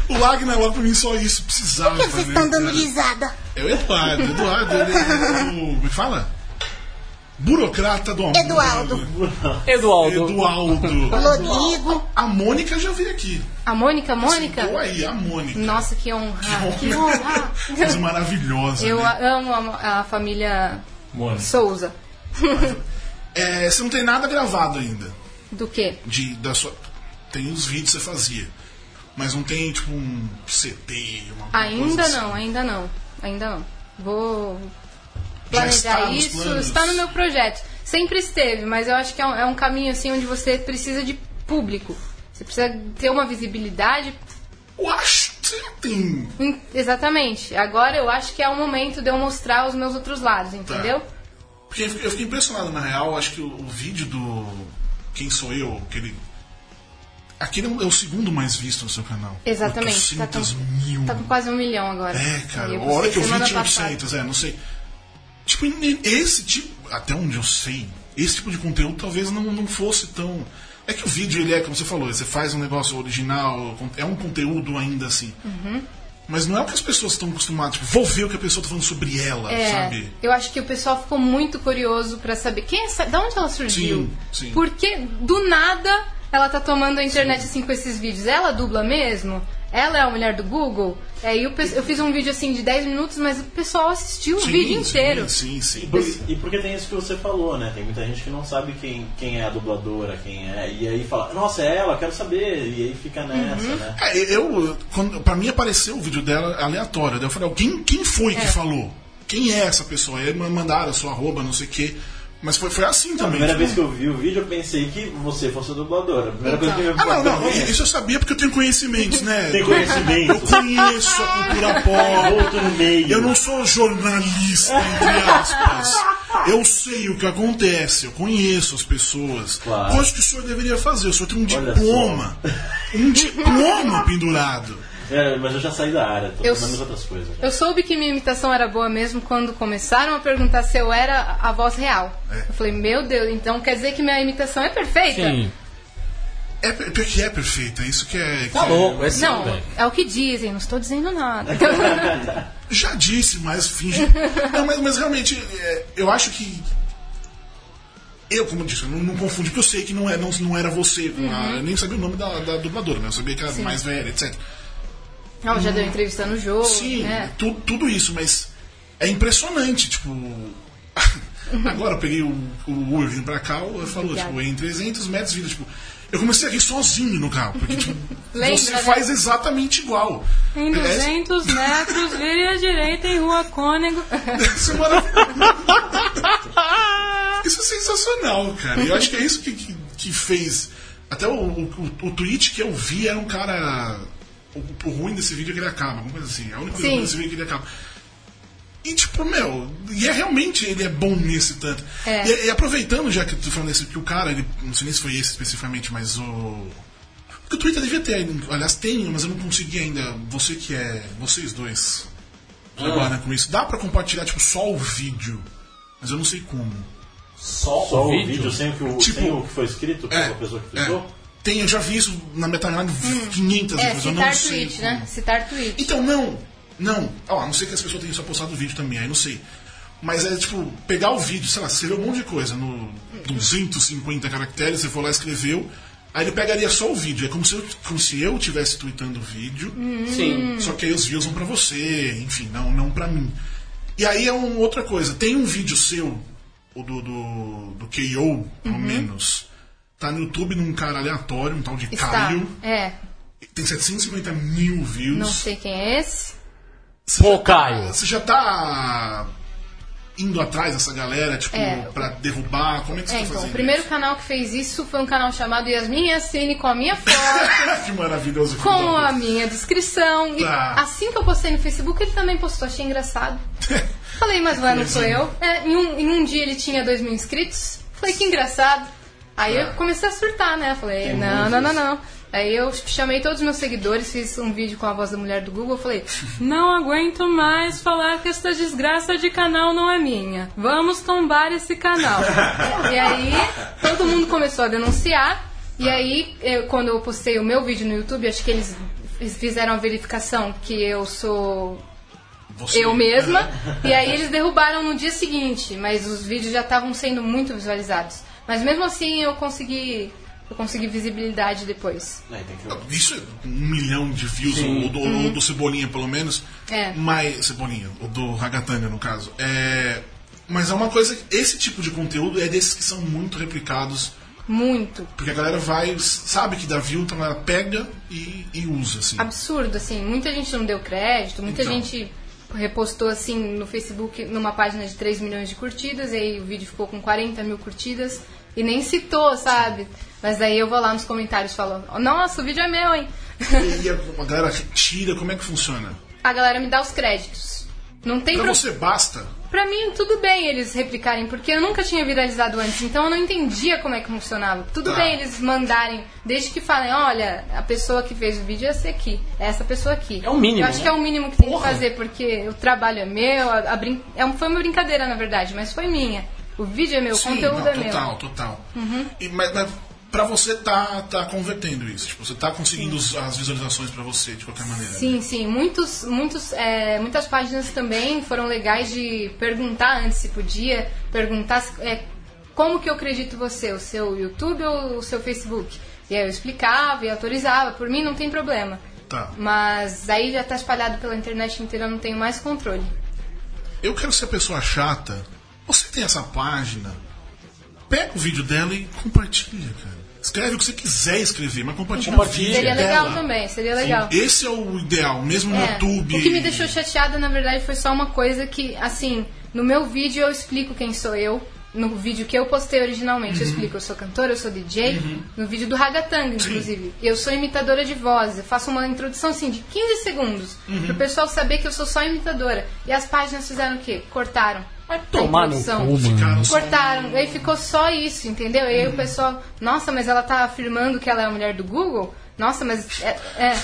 O Ragnarok pra mim só isso precisava.
Por que vocês
né,
estão dando
cara?
risada?
É o Eduardo. Eduardo, ele é o... Como é que fala? Burocrata do amor.
Eduardo.
Eduardo.
Eduardo.
Rodrigo.
A Mônica já veio aqui.
A Mônica, Mônica?
Sentou aí, a Mônica.
Nossa, que honra!
Que
Que honra!
Coisa maravilhosa.
Eu
né?
a- amo a, a família Souza.
É, você não tem nada gravado ainda.
Do quê?
De, da sua... Tem os vídeos que você fazia. Mas não tem, tipo, um CD, uma coisa
Ainda
assim.
não, ainda não. Ainda não. Vou
Já está
planejar
nos
isso.
planos.
Está no meu projeto. Sempre esteve, mas eu acho que é um, é um caminho assim onde você precisa de público. Você precisa ter uma visibilidade.
Eu acho. você tem.
Em- Exatamente. Agora eu acho que é o momento de eu mostrar os meus outros
Tá.
lados, entendeu?
Porque eu fiquei- eu fiquei impressionado, na real. Acho que o, o vídeo do Quem Sou Eu, aquele. Aquele é o segundo mais visto no seu canal.
Exatamente. Tá
800
com,
mil.
tá com quase um milhão agora.
É, cara.
E eu
A hora
postei
que eu vi
semana
tinha
passada.
800, é, não sei. Tipo, e- esse tipo, até onde eu sei, esse tipo de conteúdo talvez não, não fosse tão. É que o vídeo, ele é, como você falou, você faz um negócio original, é um conteúdo ainda assim.
Uhum.
Mas não é o que as pessoas estão acostumadas. Tipo, vou ver o que a pessoa tá falando sobre ela,
É,
sabe?
eu acho que o pessoal ficou muito curioso pra saber quem é essa, da onde ela surgiu.
Sim, sim.
Porque do nada ela tá tomando a internet assim com esses vídeos. Ela dubla mesmo? Ela é a mulher do Google? É, e o pe- eu fiz um vídeo assim de 10 minutos, mas o pessoal assistiu o
Sim,
vídeo
sim,
inteiro.
Sim, sim.
E, por- e porque tem isso que você falou, né? Tem muita gente que não sabe quem, quem é a dubladora, quem é. E aí fala, nossa, é ela, quero saber. E aí fica nessa,
Uhum.
né?
É, eu, quando, pra mim apareceu o vídeo dela aleatório. Daí eu falei, quem, quem foi que falou? Quem é essa pessoa? Aí ma- mandaram a sua arroba, não sei o quê. Mas foi, foi assim
A
também.
primeira
tipo,
vez que eu vi o vídeo, eu pensei que você fosse a dubladora. A primeira coisa que eu
Ah, não, não, isso eu sabia porque eu tenho conhecimentos, né?
Tem
Eu
conhecimento.
conheço a cultura pop.
Outro meio.
Eu não sou jornalista, entre aspas. Eu sei o que acontece, eu conheço as pessoas.
Claro.
Coisa que o senhor deveria fazer. O senhor tem um
Olha
diploma. Um diploma pendurado.
É, mas eu já saí da área, tô
Eu-
fazendo outras coisas. já.
Eu soube que minha imitação era boa mesmo quando começaram a perguntar se eu era a voz real.
É.
Eu falei, meu Deus, então quer dizer que minha imitação é perfeita?
Sim.
É, per- porque é perfeita, isso que é. que
Tá
é-
louco, é sim,
Não,
velho.
é o que dizem, não estou dizendo nada.
Já disse, mas finge. Não, mas, mas realmente, é, eu acho que. Eu, como eu disse, eu não, não confundi, porque eu sei que não, é, não, não era você. com
Uhum.
a- eu nem sabia o nome da, da dubladora, né? Eu sabia que era mais velha, etc.
Não, já deu entrevista no jogo,
Sim,
né?
tu- tudo isso, mas é impressionante, tipo. Agora eu peguei o, o Uber vindo pra cá, eu falou,
Uhum. Obrigada.
tipo, em 300 metros vira, tipo. Eu comecei aqui sozinho no carro, porque, tipo,
Lembra,
você
né?
faz exatamente igual.
Em
É-
200 metros, vire à direita em Rua Cônego.
Isso é maravilhoso. Isso é sensacional, cara. E eu acho que é isso que, que, que fez. Até o, o, o tweet que eu vi era um cara. O, o ruim desse vídeo é que ele acaba, alguma coisa assim. É a única coisa
Sim.
ruim desse vídeo é que ele acaba. E tipo, meu, e é realmente ele é bom nesse tanto.
É.
E, e aproveitando, já que tu falando isso, que o cara, ele, não sei nem se foi esse especificamente, mas o. Porque o Twitter devia ter, aliás, tem, mas eu não consegui ainda. Você que é. Vocês dois
Ah.
trabalham né, com isso. Dá pra compartilhar, tipo, só o vídeo. Mas eu não sei como.
Só,
Só
o
o
vídeo.
vídeo sem o que, o,
Tipo,
sem o que foi escrito pela pessoa que
é.
tweetou?
Tem, eu já vi isso na metalinha 500
É,
vezes, eu não
citar
sei.
tweet,
como.
né? Citar tweet.
Então, não. Não. Ó, a não sei que as pessoas tenham só postado o vídeo também, aí não sei. Mas é tipo, pegar o vídeo, sei lá, você escreveu um monte de coisa no 250 caracteres, você foi lá e escreveu. Aí ele pegaria só o vídeo. É como se eu, como se eu tivesse tweetando o vídeo.
Hum.
Sim.
Só que aí os views vão pra você, enfim, não, não pra mim. E aí é uma outra coisa. Tem um vídeo seu, o do, do, do KO,
Uhum.
pelo menos. Tá no YouTube num cara aleatório, um tal de
Está.
Caio.
É,
Tem 750 mil views.
não sei quem é esse.
Você
Pô,
já-
Caio.
Você já tá indo atrás dessa galera, tipo,
É.
pra derrubar? Como é que você
É,
tá
então, o
fazendo?
primeiro canal que fez isso foi um canal chamado Yasmin Yassine com a minha foto.
isso? que maravilhoso. que
Com
bom.
a minha descrição. E
Tá.
assim que eu postei no Facebook, ele também postou. Achei engraçado. Falei, mas ué, não sou eu. É, em, um, em um dia ele tinha dois mil inscritos. Falei, que engraçado. Aí eu comecei a surtar, né? Falei, não, não, não, não. Aí eu chamei todos os meus seguidores, fiz um vídeo com a voz da mulher do Google. Falei, não aguento mais falar que essa desgraça de canal não é minha. Vamos tombar esse canal. e aí todo mundo começou a denunciar. E aí, eu- quando eu postei o meu vídeo no YouTube, acho que eles eles fizeram a verificação que eu sou
Você-
eu mesma. E aí eles derrubaram no dia seguinte, mas os vídeos já estavam sendo muito visualizados. Mas mesmo assim eu consegui, eu consegui visibilidade depois.
É, tem que...
Isso é um milhão de views, o do, o do Cebolinha, pelo menos.
Uhum. É.
Mas, Cebolinha, o do Ragatanga, no caso. É, mas é uma coisa. Esse tipo de conteúdo é desses que são muito replicados.
Muito.
Porque a galera vai, sabe que dá view, então ela pega e, e usa, assim.
Absurdo, assim. Muita gente não deu crédito, muita
Então.
gente repostou assim no Facebook numa página de 3 milhões de curtidas, e aí o vídeo ficou com 40 mil curtidas e nem citou, sabe? Mas aí eu vou lá nos comentários falando, nossa, o vídeo é meu, hein?
E aí a, a galera retira, como é que funciona?
A galera me dá os créditos. Não tem
Pra
pro-
você basta.
Pra mim, tudo bem eles replicarem, porque eu nunca tinha viralizado antes, então eu não entendia como é que funcionava. Tudo
Tá.
bem eles mandarem, desde que falem, olha, a pessoa que fez o vídeo é essa aqui, é essa pessoa aqui.
É o mínimo,
Eu acho
né?
que é o mínimo que tem que fazer, porque o trabalho é meu, a, a brin... é um- foi uma brincadeira, na verdade, mas foi minha. O vídeo é meu, o
Sim,
conteúdo
não,
é meu. Uhum.
total, total. E, mas, mas pra você tá, tá convertendo isso, tipo, você tá conseguindo os- as visualizações pra você de qualquer maneira. né?
Sim, sim. Muitos, muitos, é, muitas páginas também foram legais de perguntar antes se podia, perguntar se- é, como que eu acredito você, o seu YouTube ou o seu Facebook. E aí eu explicava e autorizava, por mim não tem problema.
Tá.
Mas aí já tá espalhado pela internet inteira, eu não tenho mais controle.
Eu quero ser a pessoa chata. Você tem essa página, pega o vídeo dela e compartilha, cara. Escreve o que você quiser escrever, mas compartilha,
Compartilha.
o vídeo
Seria legal
dela.
também, seria legal.
Esse é o ideal, mesmo no
É,
YouTube.
O que me deixou chateada, na verdade, foi só uma coisa que, assim, no meu vídeo eu explico quem sou eu. No vídeo que eu postei originalmente,
Uhum.
eu explico, eu sou cantora, eu sou DJ. No vídeo do Ragatanga, inclusive. Eu sou imitadora de voz. Eu faço uma introdução, assim, de 15 segundos.
Uhum.
Pro pessoal saber que eu sou só imitadora. E as páginas fizeram o quê? Cortaram. Vai
tomar no cu, mano. Uhum.
Cara,
Cortaram, aí ficou só isso, entendeu? E aí o pessoal, nossa, mas ela tá afirmando que ela é a mulher do Google? Nossa, mas é. é.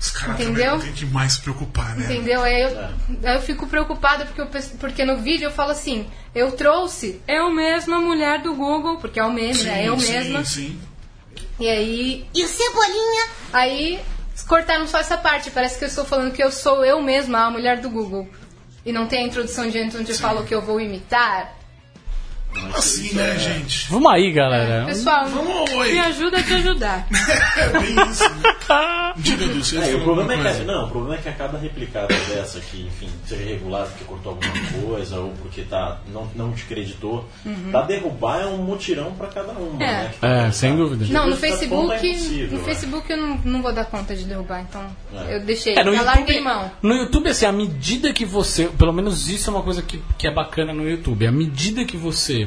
Os caras
Entendeu?
também não tem demais se preocupar, né?
Entendeu? Aí eu, aí eu fico preocupada porque, eu penso- porque no vídeo eu falo assim: eu trouxe eu mesma a mulher do Google, porque é o meme, né? Eu
sim,
mesma.
Sim.
E aí,
E o Cebolinha
aí cortaram só essa parte. Parece que eu estou falando que eu sou eu mesma a mulher do Google. E não tem a introdução diante onde eu falo que eu vou imitar.
Assim,
É.
né, gente?
Vamos aí, galera.
Pessoal,
Vamos, oi.
me ajuda a te ajudar.
É bem isso. né? Diga, Dulce.
É, o problema é que, não, o problema é que a cada replicada dessa que, enfim, seja irregular porque cortou alguma coisa ou porque tá, não, não te creditou, pra derrubar é um mutirão pra cada uma,
Uhum. É.
né?
É, sem dúvida.
Não, no
Isso tá
Facebook.
bom, é impossível,
no
é.
Facebook eu não, não vou dar conta de derrubar, então
É.
eu deixei.
É, no,
eu larguei
YouTube,
mão.
no YouTube, assim, à medida que você. Pelo menos isso é uma coisa que, que é bacana no YouTube. À medida que você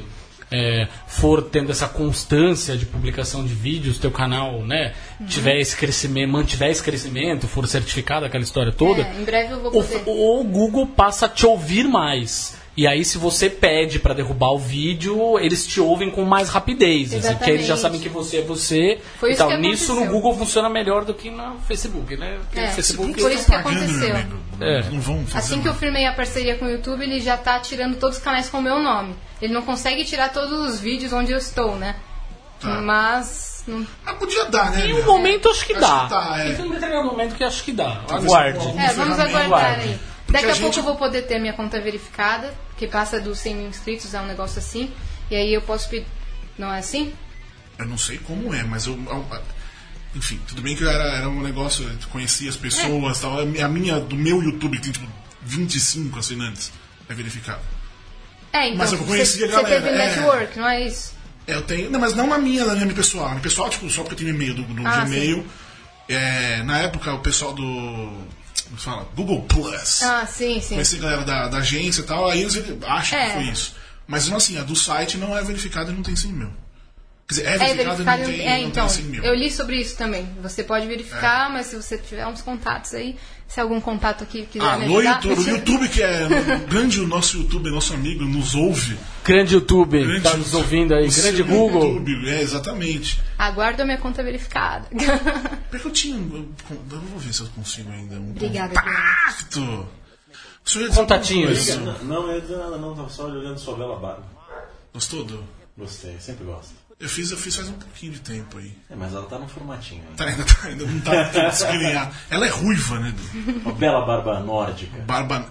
é, for tendo essa constância de publicação de vídeos, teu canal, né,
Uhum.
tiver esse crescimento, mantiver esse crescimento, for certificado, aquela história toda.
É, em breve eu vou
o,
poder.
o Google passa a te ouvir mais. E aí, se você pede pra derrubar o vídeo, eles te ouvem com mais rapidez. Assim, porque eles já
Exatamente.
sabem que você é você.
Foi
e
isso
tal.
que
Nisso, no
aconteceu.
Google funciona melhor do que no Facebook, né? Porque
É,
o Facebook
Por isso que aconteceu.
Meu amigo.
É.
Não vão fazer
Assim que eu firmei a parceria com o YouTube, ele já tá tirando todos os canais com o meu nome. Ele não consegue tirar todos os vídeos onde eu estou, né?
Tá.
Mas. hum,
Ah, podia dar, né?
Em um
meu?
momento acho que
Acho
dá.
que tá, é.
Tem um determinado momento que acho que dá.
Talvez
Aguarde.
algum-
É, vamos
ferramenta.
aguardar
Aguarde.
aí.
um Porque
Daqui
a
a,
gente-
pouco eu vou poder ter minha conta verificada, que passa dos 100 mil inscritos, é um negócio assim. E aí eu posso pedir. Não é assim?
Eu não sei como é, mas eu. eu- Enfim, tudo bem que era, era um negócio, eu conhecia as
É.
pessoas e tal. é A minha, do meu YouTube tem tipo 25 assinantes. É verificado.
É, então.
Mas eu conheci
você,
a galera,
Você teve
é.
network, não é isso?
É, Eu tenho. Não, mas não na minha, na minha pessoal. Na minha pessoal, tipo, só porque eu tenho e-mail do, do
Ah,
Gmail. É, na época, o pessoal do. Como se fala? Google Plus.
Ah, sim, sim.
Conheci a galera da, da agência e tal, aí eles acham
É.
que foi isso. Mas não assim, a do site não é verificada e não tem 100 mil. Quer dizer, é
É
verificada e
verificado.
não tem,
é,
não
então,
tem 100 mil. É.
eu li sobre isso também. Você pode verificar, mas se você tiver uns contatos aí, se algum contato aqui quiser
Ah,
me
no
ajudar.
YouTube, o YouTube que é o grande o nosso YouTube, nosso amigo, nos ouve.
Grande YouTube,
Grande
tá nos
YouTube.
ouvindo aí.
O seu
Grande Google.
YouTube, é, exatamente.
Aguardo a minha conta verificada.
Porque eu tinha. Eu, eu vou ver se eu consigo ainda. Um
Obrigada,
Compacto! O senhor ia dizer
Contatinhos.
alguma coisa?
Não, não, eu ia dizer nada, não, tava só olhando sua bela barba.
Gostou do?
Gostei, sempre gosto.
Eu fiz, eu fiz faz um pouquinho de tempo aí.
É, mas ela tá no formatinho ainda.
Tá, ainda, tá, ainda não tá pra desgrenhar. Ela é ruiva, né, Du?
Uma bela barba nórdica.
Barba.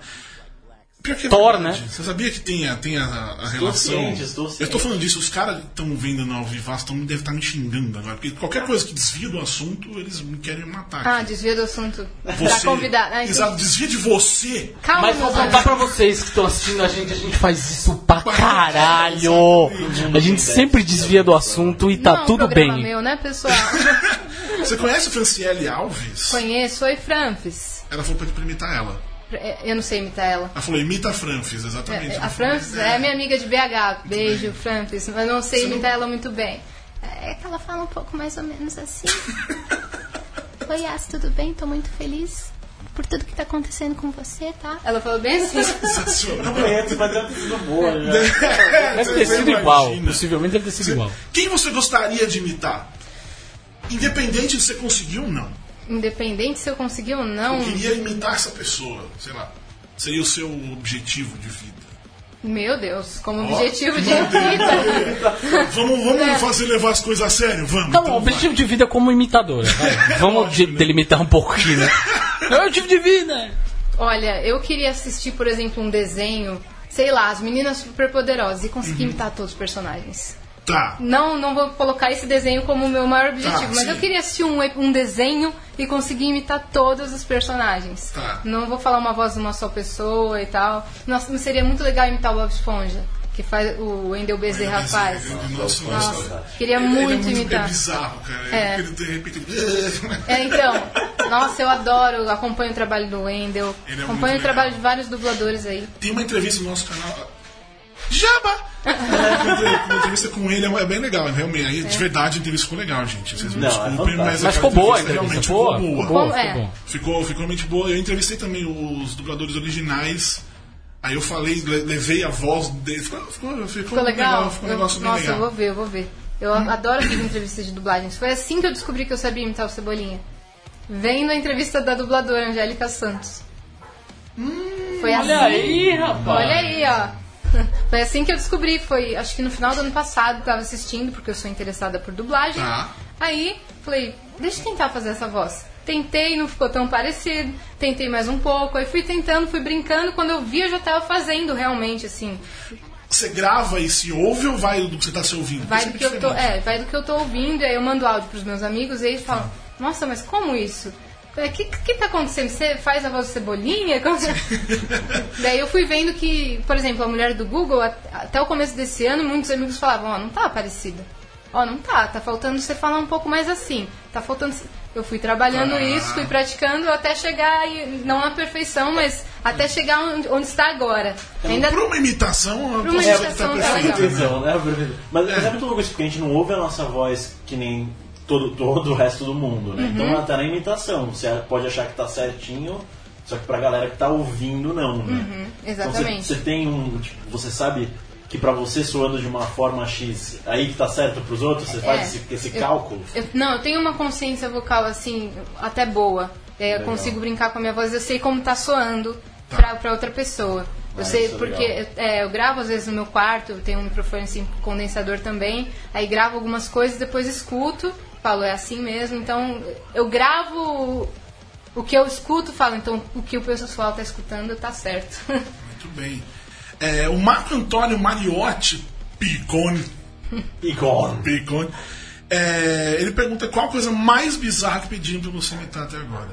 Pior que é
Thor,
verdade.
né?
Você sabia que tem a, tem a, a relação?
ciente, estou ciente.
Eu tô falando disso, os caras que estão vendo no Alvivaço tão, devem estar me xingando agora. Porque qualquer coisa que desvia do assunto, eles me querem matar.
ah,
aqui.
desvia do assunto. Pra
Você-
convidar. Ah, então.
Exato, desvia de você. tá
Calma,
Mas vou
meus
contar
amigos.
pra vocês que estão assistindo a gente, a gente faz isso pra caralho. A gente sempre desvia do assunto e
Não é
tá
um
tudo
programa
bem.
meu, né, pessoal?
Você conhece a Franciele Alves?
Conheço, oi, Franfis.
Ela falou pra pra imitar ela.
É, Eu não sei imitar ela.
Ela falou, imita a Franfis, exatamente.
É,
Ela
A
falou,
Francis é minha amiga de BH. Beijo, Francis. Mas não sei
não-
imitar ela muito bem. É que ela fala um pouco mais ou menos assim.
Oi, Yas, tudo bem? Tô muito feliz por tudo que tá acontecendo com você, tá?
Ela falou bem assim.
é Sensacional.
Conheço, mas é um deve ter sido boa já.
Deve
Você
ter sido
imagina.
É igual. Possivelmente deve ter sido igual.
Quem você gostaria de imitar? Independente de você conseguir ou não.
Independente se eu consegui ou não,
Eu queria imitar essa pessoa, sei lá. Seria o seu objetivo de vida.
meu Deus, como
Ó.
objetivo de vida.
Vamos, vamos
É.
fazer levar as coisas a sério? Vamos.
Tá
Então, o
então vai.
objetivo de vida é como imitadora.
É
vai. Vamos de-
né?
delimitar um pouco aqui, né? Não é o objetivo de vida.
Olha, eu queria assistir, por exemplo, um desenho, sei lá, as meninas superpoderosas e conseguir imitar todos os personagens.
Tá.
Não, não vou colocar esse desenho como o meu maior objetivo,
Tá,
mas
sim.
eu queria assistir um, um desenho e conseguir imitar todos os personagens.
Tá.
Não vou falar uma voz de uma só pessoa e tal. Nossa, mas seria muito legal imitar o Bob Esponja, que faz o Wendel Bezerra faz.
é Nossa, nossa.
Nossa, queria
Ele- ele é
muito
É
imitar.
bizarro, cara.
É.
Ele, de repente. ele-
É, então, nossa, eu adoro, acompanho o trabalho do Wendel,
Ele é
acompanho
muito
o trabalho
legal.
de vários dubladores aí.
Tem uma entrevista no nosso canal. Jaba! uma entrevista com ele é bem legal, realmente. Aí,
É.
De verdade, a entrevista ficou legal, gente. Vocês me
Não, é
desculpem,
fantástico.
mas.
Mas ficou
aquela
boa a
realmente
entrevista.
ficou
Boa.
boa.
Ficou boa.
Como- é.
ficou boa.
Ficou, ficou muito boa. Eu entrevistei também os dubladores originais. Aí eu falei, le- levei a voz dele. Ficou, ficou, ficou
Ficou legal?
Ficou um
Eu-
negócio bem
nossa, eu
legal. Hum?
vou ver, eu vou ver. Eu a- adoro essas entrevistas de dublagens. Foi assim que eu descobri que eu sabia imitar o Cebolinha. Vendo a entrevista da dubladora Angélica Santos.
Hum,
Foi assim.
Olha aí, rapaz.
Olha aí, ó. Foi assim que eu descobri, foi acho que no final do ano passado, eu tava assistindo, porque eu sou interessada por dublagem.
Tá.
Aí, falei, deixa eu tentar fazer essa voz. Tentei, não ficou tão parecido, tentei mais um pouco, aí fui tentando, fui brincando, quando eu vi eu já tava fazendo realmente, assim.
Você grava e se ouve ou vai do que você tá se ouvindo?
Vai
Isso é
do que eu tô,
diferente.
é, vai do que eu tô ouvindo, e aí eu mando áudio pros meus amigos e eles falam, nossa, mas como isso? O que, que tá acontecendo? Você faz a voz de cebolinha? Como você-" Daí eu fui vendo que, por exemplo, a mulher do Google, at- até o começo desse ano, muitos amigos falavam, ó, não tá parecida. Ó, não tá, tá faltando você falar um pouco mais assim. Tá faltando. Eu fui trabalhando isso, fui praticando até chegar, e- não na perfeição, mas até chegar onde, onde está agora. Ainda
Pra uma imitação,
Pra uma
eu posso
imitação,
dizer que tá
tá legal.
perfeito, né?
Então, né? Mas, mas é muito louco isso, porque a gente não ouve a nossa voz que nem todo, todo o resto do mundo, né?
Uhum.
Então ela tá na imitação. Você pode achar que tá certinho, só que pra galera que tá ouvindo, não, né? Então, você-
Uhum, exatamente.
você, tem um. Tipo, você sabe que pra você soando de uma forma X, aí que tá certo pros outros, você
É.
faz esse, esse
Eu-
cálculo.
eu- não, eu tenho uma consciência vocal, assim, até boa. É, eu
Legal.
consigo brincar com a minha voz, eu sei como tá soando pra, pra outra pessoa. Eu
Ah,
sei,
isso é
porque
legal.
é, eu gravo às vezes no meu quarto, eu tenho um microfone assim, condensador também, aí gravo algumas coisas, depois escuto, falo, é assim mesmo, então eu gravo o que eu escuto, falo, então o que o pessoal tá escutando tá certo.
Muito bem. É, o Marco Antônio Mariotti Picone,
E gone.
Picone é, ele pergunta qual a coisa mais bizarra que pediram pra você imitar até agora.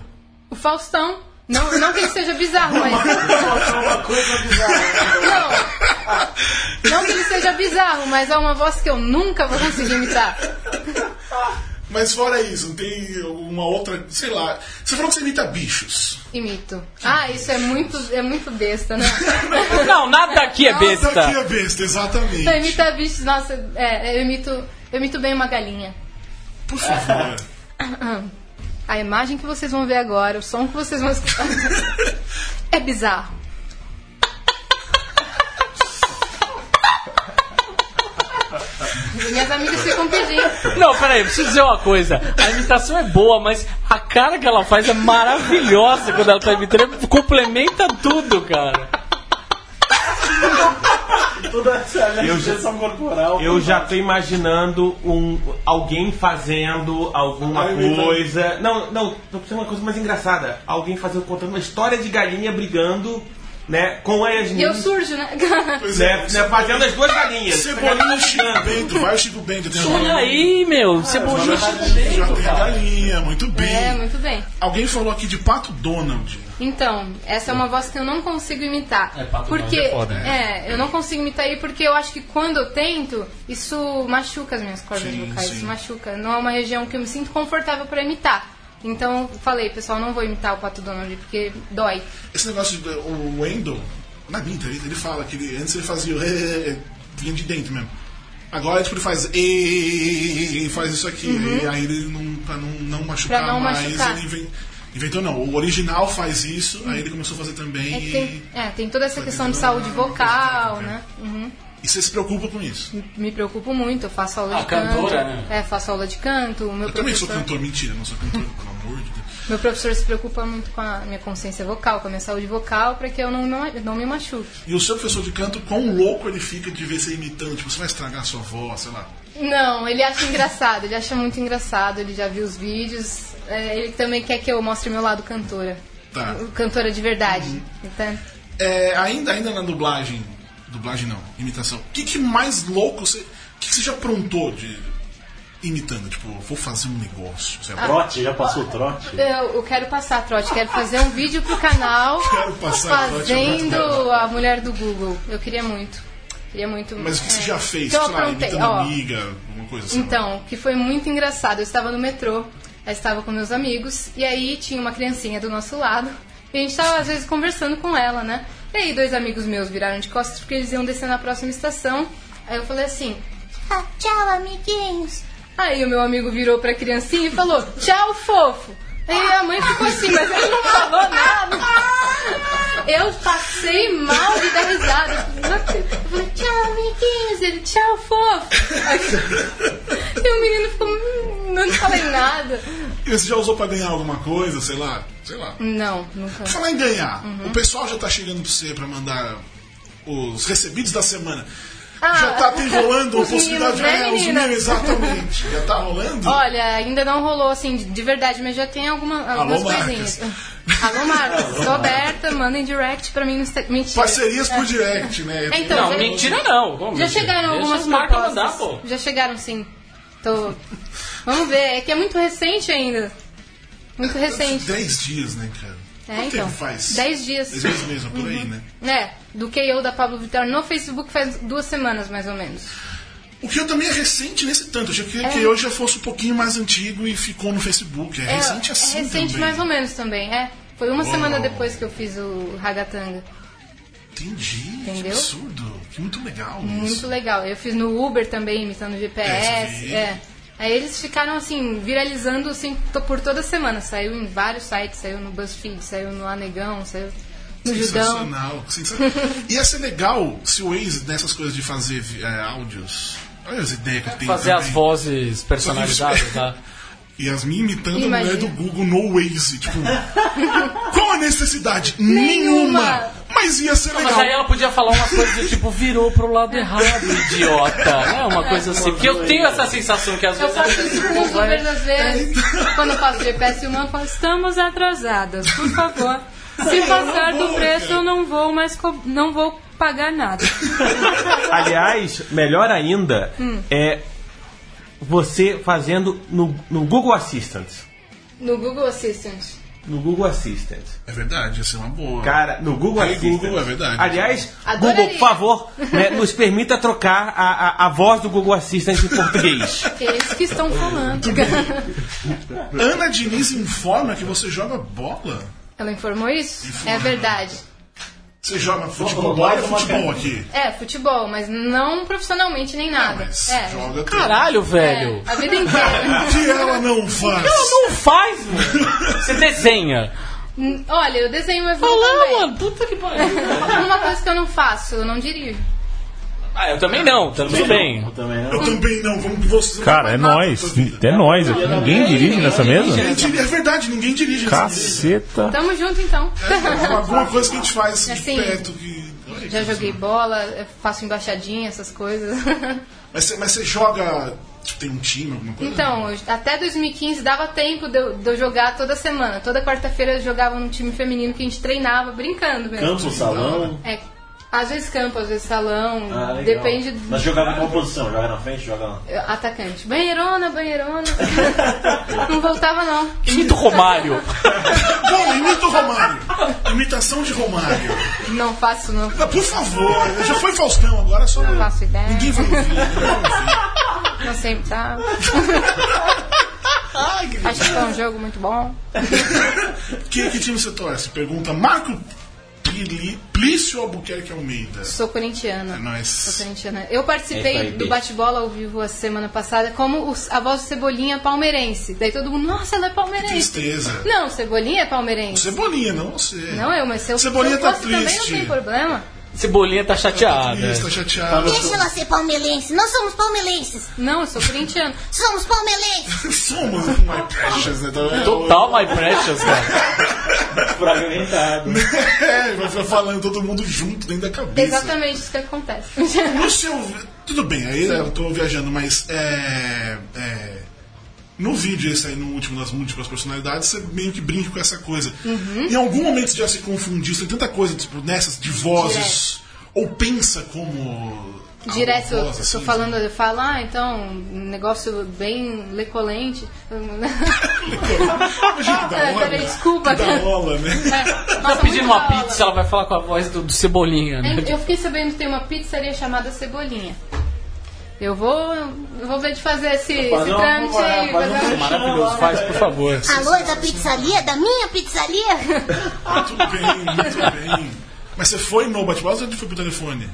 o Faustão, não, não que ele seja bizarro, mas.
é uma coisa bizarra.
Não. Não que ele seja bizarro, mas é uma voz que eu nunca vou conseguir imitar.
Mas fora isso, não tem alguma outra, sei lá. Você falou que você imita bichos.
Imito. Ah, isso é muito, é muito besta, né?
Não, nada aqui é
Tá aqui
besta.
é besta, exatamente.
Eu imito Então, bichos, nossa, é, eu imito, eu imito bem uma galinha. Ah,
Por favor.
A imagem que vocês vão ver agora, o som que vocês vão escutar é bizarro. Minhas amigas ficam pedindo.
Não, peraí, eu preciso dizer uma coisa. A imitação é boa, mas a cara que ela faz é maravilhosa quando ela tá imitando. Complementa tudo, cara.
Toda essa
Eu já-
é
expressão corporal.
Eu já tô imaginando um, alguém fazendo alguma
Ai, meu
coisa. Não, não, tô pensando uma coisa mais engraçada. Alguém fazendo, contando uma história de galinha brigando, né, com a Yasmin.
E eu surjo, né?
Pois é,
né, né, fazendo as duas galinhas.
Cebolinha e Chico
brigando.
Bento, vai o Chico Bento. Tem
Olha aí, meu. Cebolinha.
Já tem a galinha, muito bem.
É, muito bem.
Alguém falou aqui de Pato Donald.
Então, essa é uma voz que eu não consigo imitar.
É, Pato
porque
Donald é foda,
é, eu não consigo imitar ele porque eu acho que quando eu tento, isso machuca as minhas cordas
Sim,
vocais,
sim.
isso machuca. Não é uma região que eu me sinto confortável para imitar. Então, falei, pessoal, não vou imitar o Pato Donald porque dói.
Esse negócio de o Wendell, na minha entrevista, ele fala que ele, antes ele fazia o vinha de dentro mesmo. Agora, tipo, ele faz e faz isso aqui. E aí ele não, pra não, não machucar
Uhum. Pra não
mais,
machucar.
ele inven- inventou não. O original faz isso, aí ele começou a fazer também.
É,
e...
que tem, é, tem toda essa questão de saúde vocal, né? Uhum.
e você se preocupa com isso.
Me preocupo muito, eu faço aula
Ah,
de canto.
cantora, né?
É, faço aula de canto. O meu
Eu também sou
professor,
cantor, mentira, não sou cantor, pelo amor de Deus.
meu professor se preocupa muito com a minha consciência vocal, com a minha saúde vocal, pra que eu não, não, não me machuque.
E o seu professor de canto, quão louco ele fica de ver você imitando? Tipo, você vai estragar a sua voz, sei lá.
Não, ele acha engraçado, ele acha muito engraçado, ele já viu os vídeos. é, ele também quer que eu mostre meu lado cantora.
Tá. Uhum.
Cantora de verdade. Então,
É, ainda, ainda na dublagem. Dublagem não, imitação. O que, que mais louco você. O que, que você já aprontou de. imitando? Tipo, vou fazer um negócio. Sei lá.
Ah,
Trote, já passou o trote?
Eu, eu quero passar trote, quero fazer um vídeo pro canal
Quero passar trote, um
fazendo
eu gosto
a mulher do Google. Eu queria muito. Queria muito.
Mas o que você
é.
já fez?
Então,
sei lá,
aprontei,
imitando
ó.
amiga, alguma coisa assim.
Então, o que foi muito engraçado. Eu estava no metrô, eu estava com meus amigos, e aí tinha uma criancinha do nosso lado, e a gente estava às vezes conversando com ela, né? E aí dois amigos meus viraram de costas porque eles iam descer na próxima estação. Aí eu falei assim.
Ah, tchau, amiguinhos.
Aí o meu amigo virou pra criancinha e falou: Tchau, fofo. Aí a mãe ficou assim, mas ele não falou nada. Eu passei mal de dar risada. Eu falei, tchau, amiguinhos. Ele, tchau, fofo. Aí- e o menino ficou, "Hum, eu não falei nada.
né? E você já usou pra ganhar alguma coisa, sei lá? Sei lá.
Não, nunca.
Pra falar em ganhar,
Uhum.
o pessoal já tá chegando pra você pra mandar os recebidos da semana.
Ah,
já tá te enrolando a
os
possibilidade de
meninos, né,
ganhar os
menina?
meninos, exatamente. Já tá rolando?
Olha, ainda não rolou assim de- de verdade, mas já tem alguma, algumas
Marcas.
coisinhas. Alô, Marcos. Sou aberta, mandem direct pra mim no Instagram. Mentira.
Parcerias por direct, né?
É, então,
Não,
já-
mentira não. Vamos,
Já
mentira.
chegaram
Deixa
algumas
as marcas
propostas.
mandar, pô.
Já chegaram sim. Tô. Vamos ver, é que é muito recente ainda. Muito recente.
10 dias, né, cara?
É,
Quanto
então.
tempo faz?
10 dias.
10 meses mesmo, por aí, né?
É, do KO da Pablo Vittar no Facebook faz duas semanas mais ou menos.
O que eu também é recente nesse tanto. Eu achei que, que hoje já fosse um pouquinho mais antigo e ficou no Facebook. É,
É,
recente assim
é recente
também.
mais ou menos também, é. Foi uma
Uou.
semana depois que eu fiz o Ragatanga.
Entendi. Que
Entendeu?
absurdo. Que muito legal
Muito
isso.
legal. Eu fiz no Uber também, imitando o
É,
GPS.
isso aí.
É, Aí eles ficaram assim, viralizando assim, to- por toda semana. Saiu em vários sites, saiu no BuzzFeed, saiu no Anegão, saiu no Judão.
Sensacional. sensacional. Ia ser legal se o Waze dessas coisas de fazer é, áudios. Olha as ideias que eu tenho.
Fazer
também.
as vozes personalizadas, tá?
E as minhas imitando a mulher
Imagina.
do Google no Waze. Tipo, qual a necessidade? Nenhuma! Mas ia ser legal.
Mas aí ela podia falar uma coisa do tipo, virou pro lado errado, idiota. É uma coisa assim. Porque eu tenho essa sensação que às
Eu
vezes.
faço isso com os Uber às vezes. Quando eu faço GPS humano, eu falo, estamos atrasadas, por favor. Se passar do preço, eu não vou mais co- não vou pagar nada.
Aliás, melhor ainda é você fazendo no, no Google Assistant.
No Google Assistant.
No Goool Assistant.
É verdade, ia ser uma boa.
Cara, no Google
Aí,
Assistant.
Google, é verdade.
Aliás,
Adoraria.
Google, por favor, né, nos permita trocar a, a, a voz do Google Assistant em português.
Eles que estão falando.
Ana Diniz informa que você joga bola.
Ela informou isso? É verdade.
Você joga futebol, bola é futebol aqui.
É, futebol, mas não profissionalmente nem nada.
Mas
é.
joga tudo.
Caralho, velho.
É, a vida inteira.
que ela não faz.
Não faz, mano. Você desenha.
Hum, Olha, eu desenho meu voo
Olá,
também.
mano. Puta que pariu.
Uma coisa que eu não faço, eu não dirijo.
Ah, eu também não. Tá tudo bem.
Eu também não.
Eu também não, como que você.
Cara, é nós. É nós. Ninguém dirige nessa mesa?
Ninguém dirige, é verdade, ninguém dirige. Assim,
Caceta.
Tamo junto então.
é alguma coisa que a gente faz assim,
Assim,
de perto. Que... Olha
Já
que
joguei bola, eu faço embaixadinha, essas coisas.
Mas você, mas você joga. Tipo, tem um time, alguma coisa?
Então, eu- até 2015 dava tempo de eu, de eu jogar toda semana. Toda quarta-feira eu jogava num time feminino que a gente treinava, brincando mesmo.
Campo, salão.
É, às vezes campo, às vezes salão,
Ah, legal.
depende do
Mas jogava em qual posição? Joga na frente, joga lá.
atacante. Banheirona, banheirona. não voltava não.
Quinto Romário.
Bom, imita o Romário. Imitação de Romário.
Não faço não.
Ah, Por favor, já foi Faustão, agora é só.
Não faço ideia.
Ninguém vai ouvir.
Não sei imitar. Acho que é foi um jogo muito bom.
é Que, que time você torce? Pergunta Marco Pierre Plí- Plício Albuquerque Almeida.
Sou corintiana.
É nóis.
Sou corintiana. Eu participei
É isso aí,
do
beijo.
bate-bola ao vivo a semana passada como os- a voz do Cebolinha é palmeirense. Daí todo mundo, nossa, ela é palmeirense.
Tristeza.
Não, o Cebolinha é palmeirense.
Cebolinha, não você.
Não eu, mas se eu,
Cebolinha
se eu
tá
fosse também não
triste.
tem problema.
Cebolinha tá chateada.
Isso, tá chateado.
Deixa ela ser palmeirense. Nós somos palmeirenses.
Não, eu sou corintiana.
Somos palmeirenses.
Somos my precious, né? Então, é,
Total My Precious,
Tá
cara.
Fragmentado.
É, vai ficar falando todo mundo junto dentro da cabeça.
Exatamente isso que acontece.
No seu. Tudo bem, aí eu tô viajando, mas é. é, no vídeo esse aí, no último das múltiplas personalidades, você meio que brinca com essa coisa.
Uhum.
Em algum momento você já se confundiu, você tem tanta coisa tipo, nessas de vozes. Ou pensa como. a
Direto, eu
voz,
tô
assim,
falando, eu falo, ah, então, um negócio bem lecolente.
Imagina que da
É,
hora.
peraí, desculpa,
Que da
cara.
rola, né?
Nossa,
Tá pedindo
muito
uma
da hora.
pizza, ela vai falar com a voz do, do Cebolinha, né?
Eu fiquei sabendo que tem uma pizzaria chamada Cebolinha. Eu vou, eu vou ver de fazer esse, esse
uma-
trâmite aí.
faz
fazer um-
Maravilhoso, Tipo, faz, por favor.
Alô, é da pizzaria? Da minha pizzaria?
Ah, tudo bem, muito bem. Mas você foi no bate-bola ou você foi pro telefone?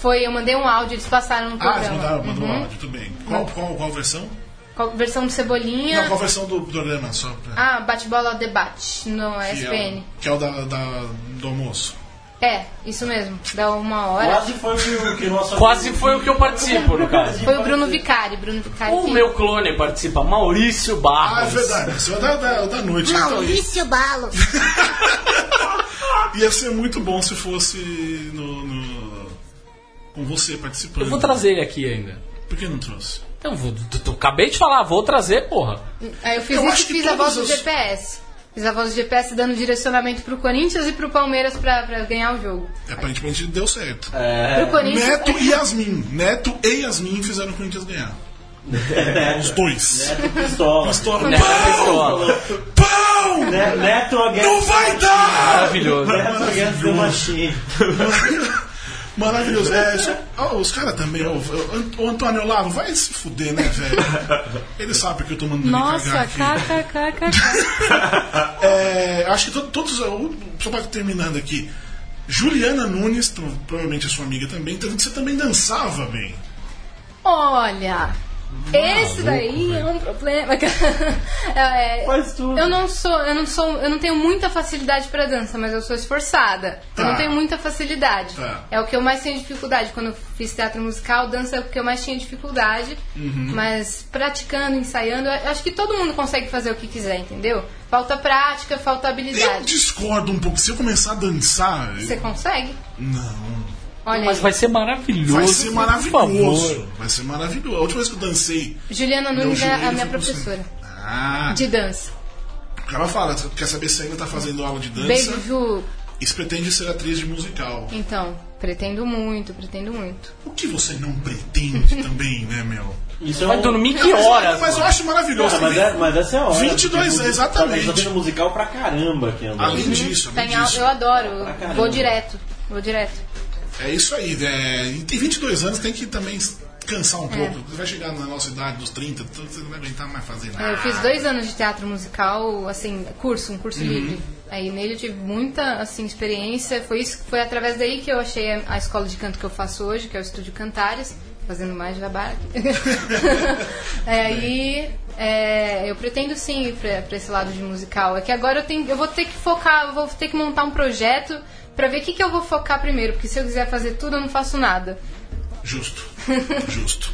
Foi, eu mandei um áudio, eles passaram no
Ah,
programa. Uhum.
eles mandaram, mandaram um áudio, tudo bem. Qual, qual, qual versão?
Qual- versão do Cebolinha.
Não, qual versão do programa? Só pra...
Ah, bate-bola debate no SPN.
Que é o da, da- do almoço.
É, isso mesmo. Dá uma hora.
Quase foi o que o nosso.
Quase foi o que eu participo, no caso.
Foi o Bruno Vicari. Bruno Vicari.
O
que-
meu clone participa, Maurício
Ah, é
Barros.
verdade. Isso é da, da, da noite. Então, i-
Maurício Balo.
então. ia ser muito bom se fosse no, no- com você participando.
Eu vou trazer ele aqui ainda.
Por que não trouxe?
Então, vou, tu- tu- acabei de falar, vou trazer, porra.
Aí É, eu fiz
Eu
isso
acho
e
que
fiz a voz do
todas as-
GPS. Fiz a voz do GPS dando direcionamento pro Corinthians e pro Palmeiras pra, pra ganhar o jogo.
É, Aparentemente deu certo.
Pro Corinthians.
Neto e Yasmin. Neto e Yasmin fizeram o Corinthians ganhar. Os dois.
Pistola.
Pistola.
Neto Pistola.
Pão!
Ne- Neto
Não
against
vai dar!
Maravilhoso.
Neto against the machine.
Maravilhoso. É, isso- ó, os caras também. ó, o- o Antônio Lavo vai se fuder, né, velho? Ele sabe que eu tô mandando ele
Nossa,
cagar aqui.
kkkk.
É, acho que to- todos. o- Só pra terminando aqui. Juliana Nunes, tu- provavelmente a sua amiga também, tá dizendo que você também dançava bem.
Olha, esse daí é um problema. É, é,
Faz tudo.
Eu não sou, eu não sou, eu não tenho muita facilidade pra dança, mas eu sou esforçada. Eu
Tá.
não tenho muita facilidade.
Tá.
É o que eu mais tenho dificuldade quando eu fiz teatro musical, dança é o que eu mais tinha dificuldade. Mas praticando, ensaiando, eu acho que todo mundo consegue fazer o que quiser, entendeu? Falta prática, falta
Eu
habilidade.
discordo um pouco. Se eu começar a dançar. eu-
Você consegue?
Não.
Olha,
Mas
aí.
vai ser maravilhoso.
Vai ser
Por
maravilhoso.
favor.
Vai ser maravilhoso. A última vez que eu dancei.
Juliana
meu
Nunes é a
joelho
minha
foi pro centro.
professora
Ah,
de dança.
o cara fala, "Você quer saber se ainda tá fazendo aula de dança?
Beijo, Ju.
E se pretende ser atriz de musical.
Então, pretendo muito, pretendo muito.
O que você não pretende também, né, meu?
Isso é
Vai
um-
dormir que horas?
Mas eu acho maravilhoso.
Cara, mas, é, mas essa é a hora.
22,
Tem música-
exatamente.
Tá tendo musical pra caramba aqui, André.
Além disso,
Tá
além
em aula-
disso.
eu adoro, eu
Pra caramba.
vou direto, vou direto.
É isso aí, né? E tem 22 anos, tem que também cansar
É.
um pouco. Você vai chegar na nossa idade dos 30, então você não vai aguentar mais fazer nada.
É, Eu fiz dois anos de teatro musical, assim, curso, um curso livre. Aí nele eu tive muita, assim, experiência. Foi isso, foi através daí que eu achei a, a escola de canto que eu faço hoje, que é o Estúdio Cantares, fazendo mais jabá aqui. É, aí é, eu pretendo sim ir pra, pra esse lado de musical. É que agora eu, tenho, eu vou ter que focar, eu vou ter que montar um projeto pra ver o que, que eu vou focar primeiro, porque se eu quiser fazer tudo eu não faço nada.
Justo. Justo.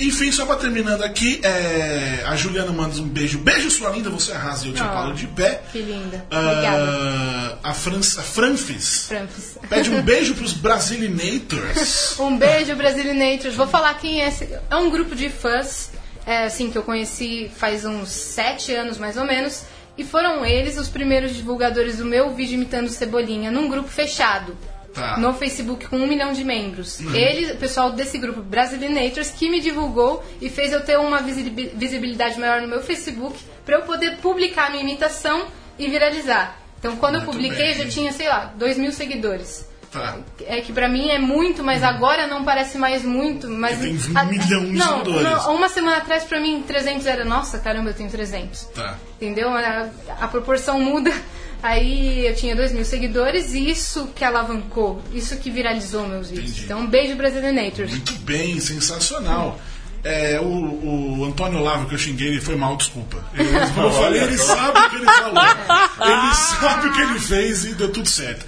Enfim, só pra terminando aqui, é, a Juliana manda um beijo. Beijo, sua linda, você arrasa e eu te
Ah,
falo de pé.
Que linda.
Ah,
Obrigada,
a França, a Franfis
Francis.
pede um beijo pros Brasilinators.
Um beijo, Brasilinators. Vou falar quem é. esse- É um grupo de fãs, é, assim, que eu conheci faz uns sete anos, mais ou menos. E foram eles os primeiros divulgadores do meu vídeo imitando Cebolinha num grupo fechado.
Tá. Uhum.
No Facebook com um milhão de membros. Ele, o pessoal desse grupo Brasilinators, que me divulgou e fez eu ter uma visibi- visibilidade maior no meu Facebook pra eu poder publicar a minha imitação e viralizar. Então quando eu
Muito
publiquei,
bem.
eu já tinha, sei lá, dois mil seguidores.
Tá.
É que pra mim é muito, mas agora não parece mais muito. Mas
Uhum. Tem um
a-
milhão de
não,
seguidores.
não, uma semana atrás pra mim 300 era, nossa, caramba, eu tenho 300.
Tá.
Entendeu? A, a proporção muda. Aí eu tinha 2 mil seguidores e isso que alavancou, isso que viralizou meus vídeos.
Entendi.
Então, um beijo, Brazilian Natures.
Muito bem, sensacional. É, o, o Antônio Lavo que eu xinguei, ele foi mal, desculpa. Ele, como eu falei, ele sabe o que ele falou. Ele sabe o que ele fez e deu tudo certo.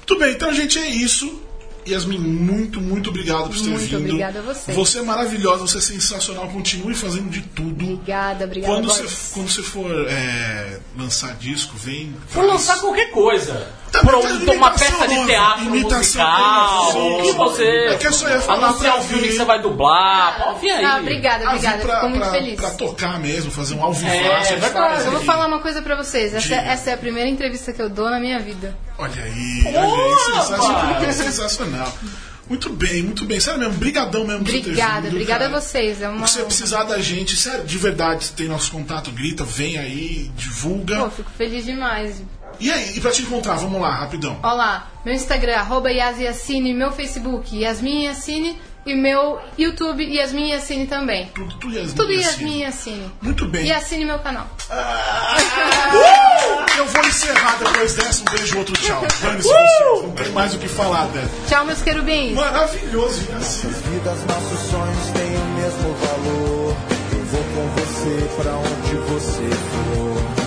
Muito bem, então, gente, é isso. Yasmin, muito, muito obrigado por ter
Muito
vindo.
obrigada a você.
Você é maravilhosa, você é sensacional. Continue fazendo de tudo.
Obrigada, obrigada.
Quando
Boris.
você, quando você for é, lançar disco, vem.
Por lançar qualquer coisa.
Tá,
Por
mas
um- uma
imitação
peça de
nova,
teatro
imitação
musical.
nova, sim,
que você
É que eu só ia falar
anunciar
pra
um filme
vir.
que você vai dublar. pô, vem aí.
Ah, obrigada,
Ah,
obrigada.
vir pra,
Fico muito
pra-
feliz.
pra tocar mesmo, fazer um ao vivo.
É, é verdade.
Eu vou falar uma coisa pra vocês. Essa,
Diga.
essa é a primeira entrevista que eu dou na minha vida.
Olha aí, olha aí, sensacional, sensacional. Muito bem, muito bem. Sério mesmo, brigadão mesmo por ter
Obrigada,
vindo,
obrigada
cara.
a vocês. É
O
uma...
que você precisar da gente, sério, de verdade, tem nosso contato, grita, vem aí, divulga.
Pô, fico feliz demais.
E aí, e pra te encontrar, vamos lá, rapidão.
Olá, meu Instagram, é arroba Yasiacine, meu Facebook, Yasmin Yacine, e meu YouTube, Yasmin Yacine também.
Tudo, tudo Yasmin.
Tudo
Yasmin.
Yasmin Yacine.
Muito bem.
E assine meu canal.
Eu vou encerrar depois dessa. Um beijo, outro tchau. Dane-se vocês, Não tem mais o que falar, né?
Tchau, meus querubins.
Maravilhoso, Yasmin.
vidas, nossos sonhos têm o mesmo valor. Eu vou com você pra onde você for.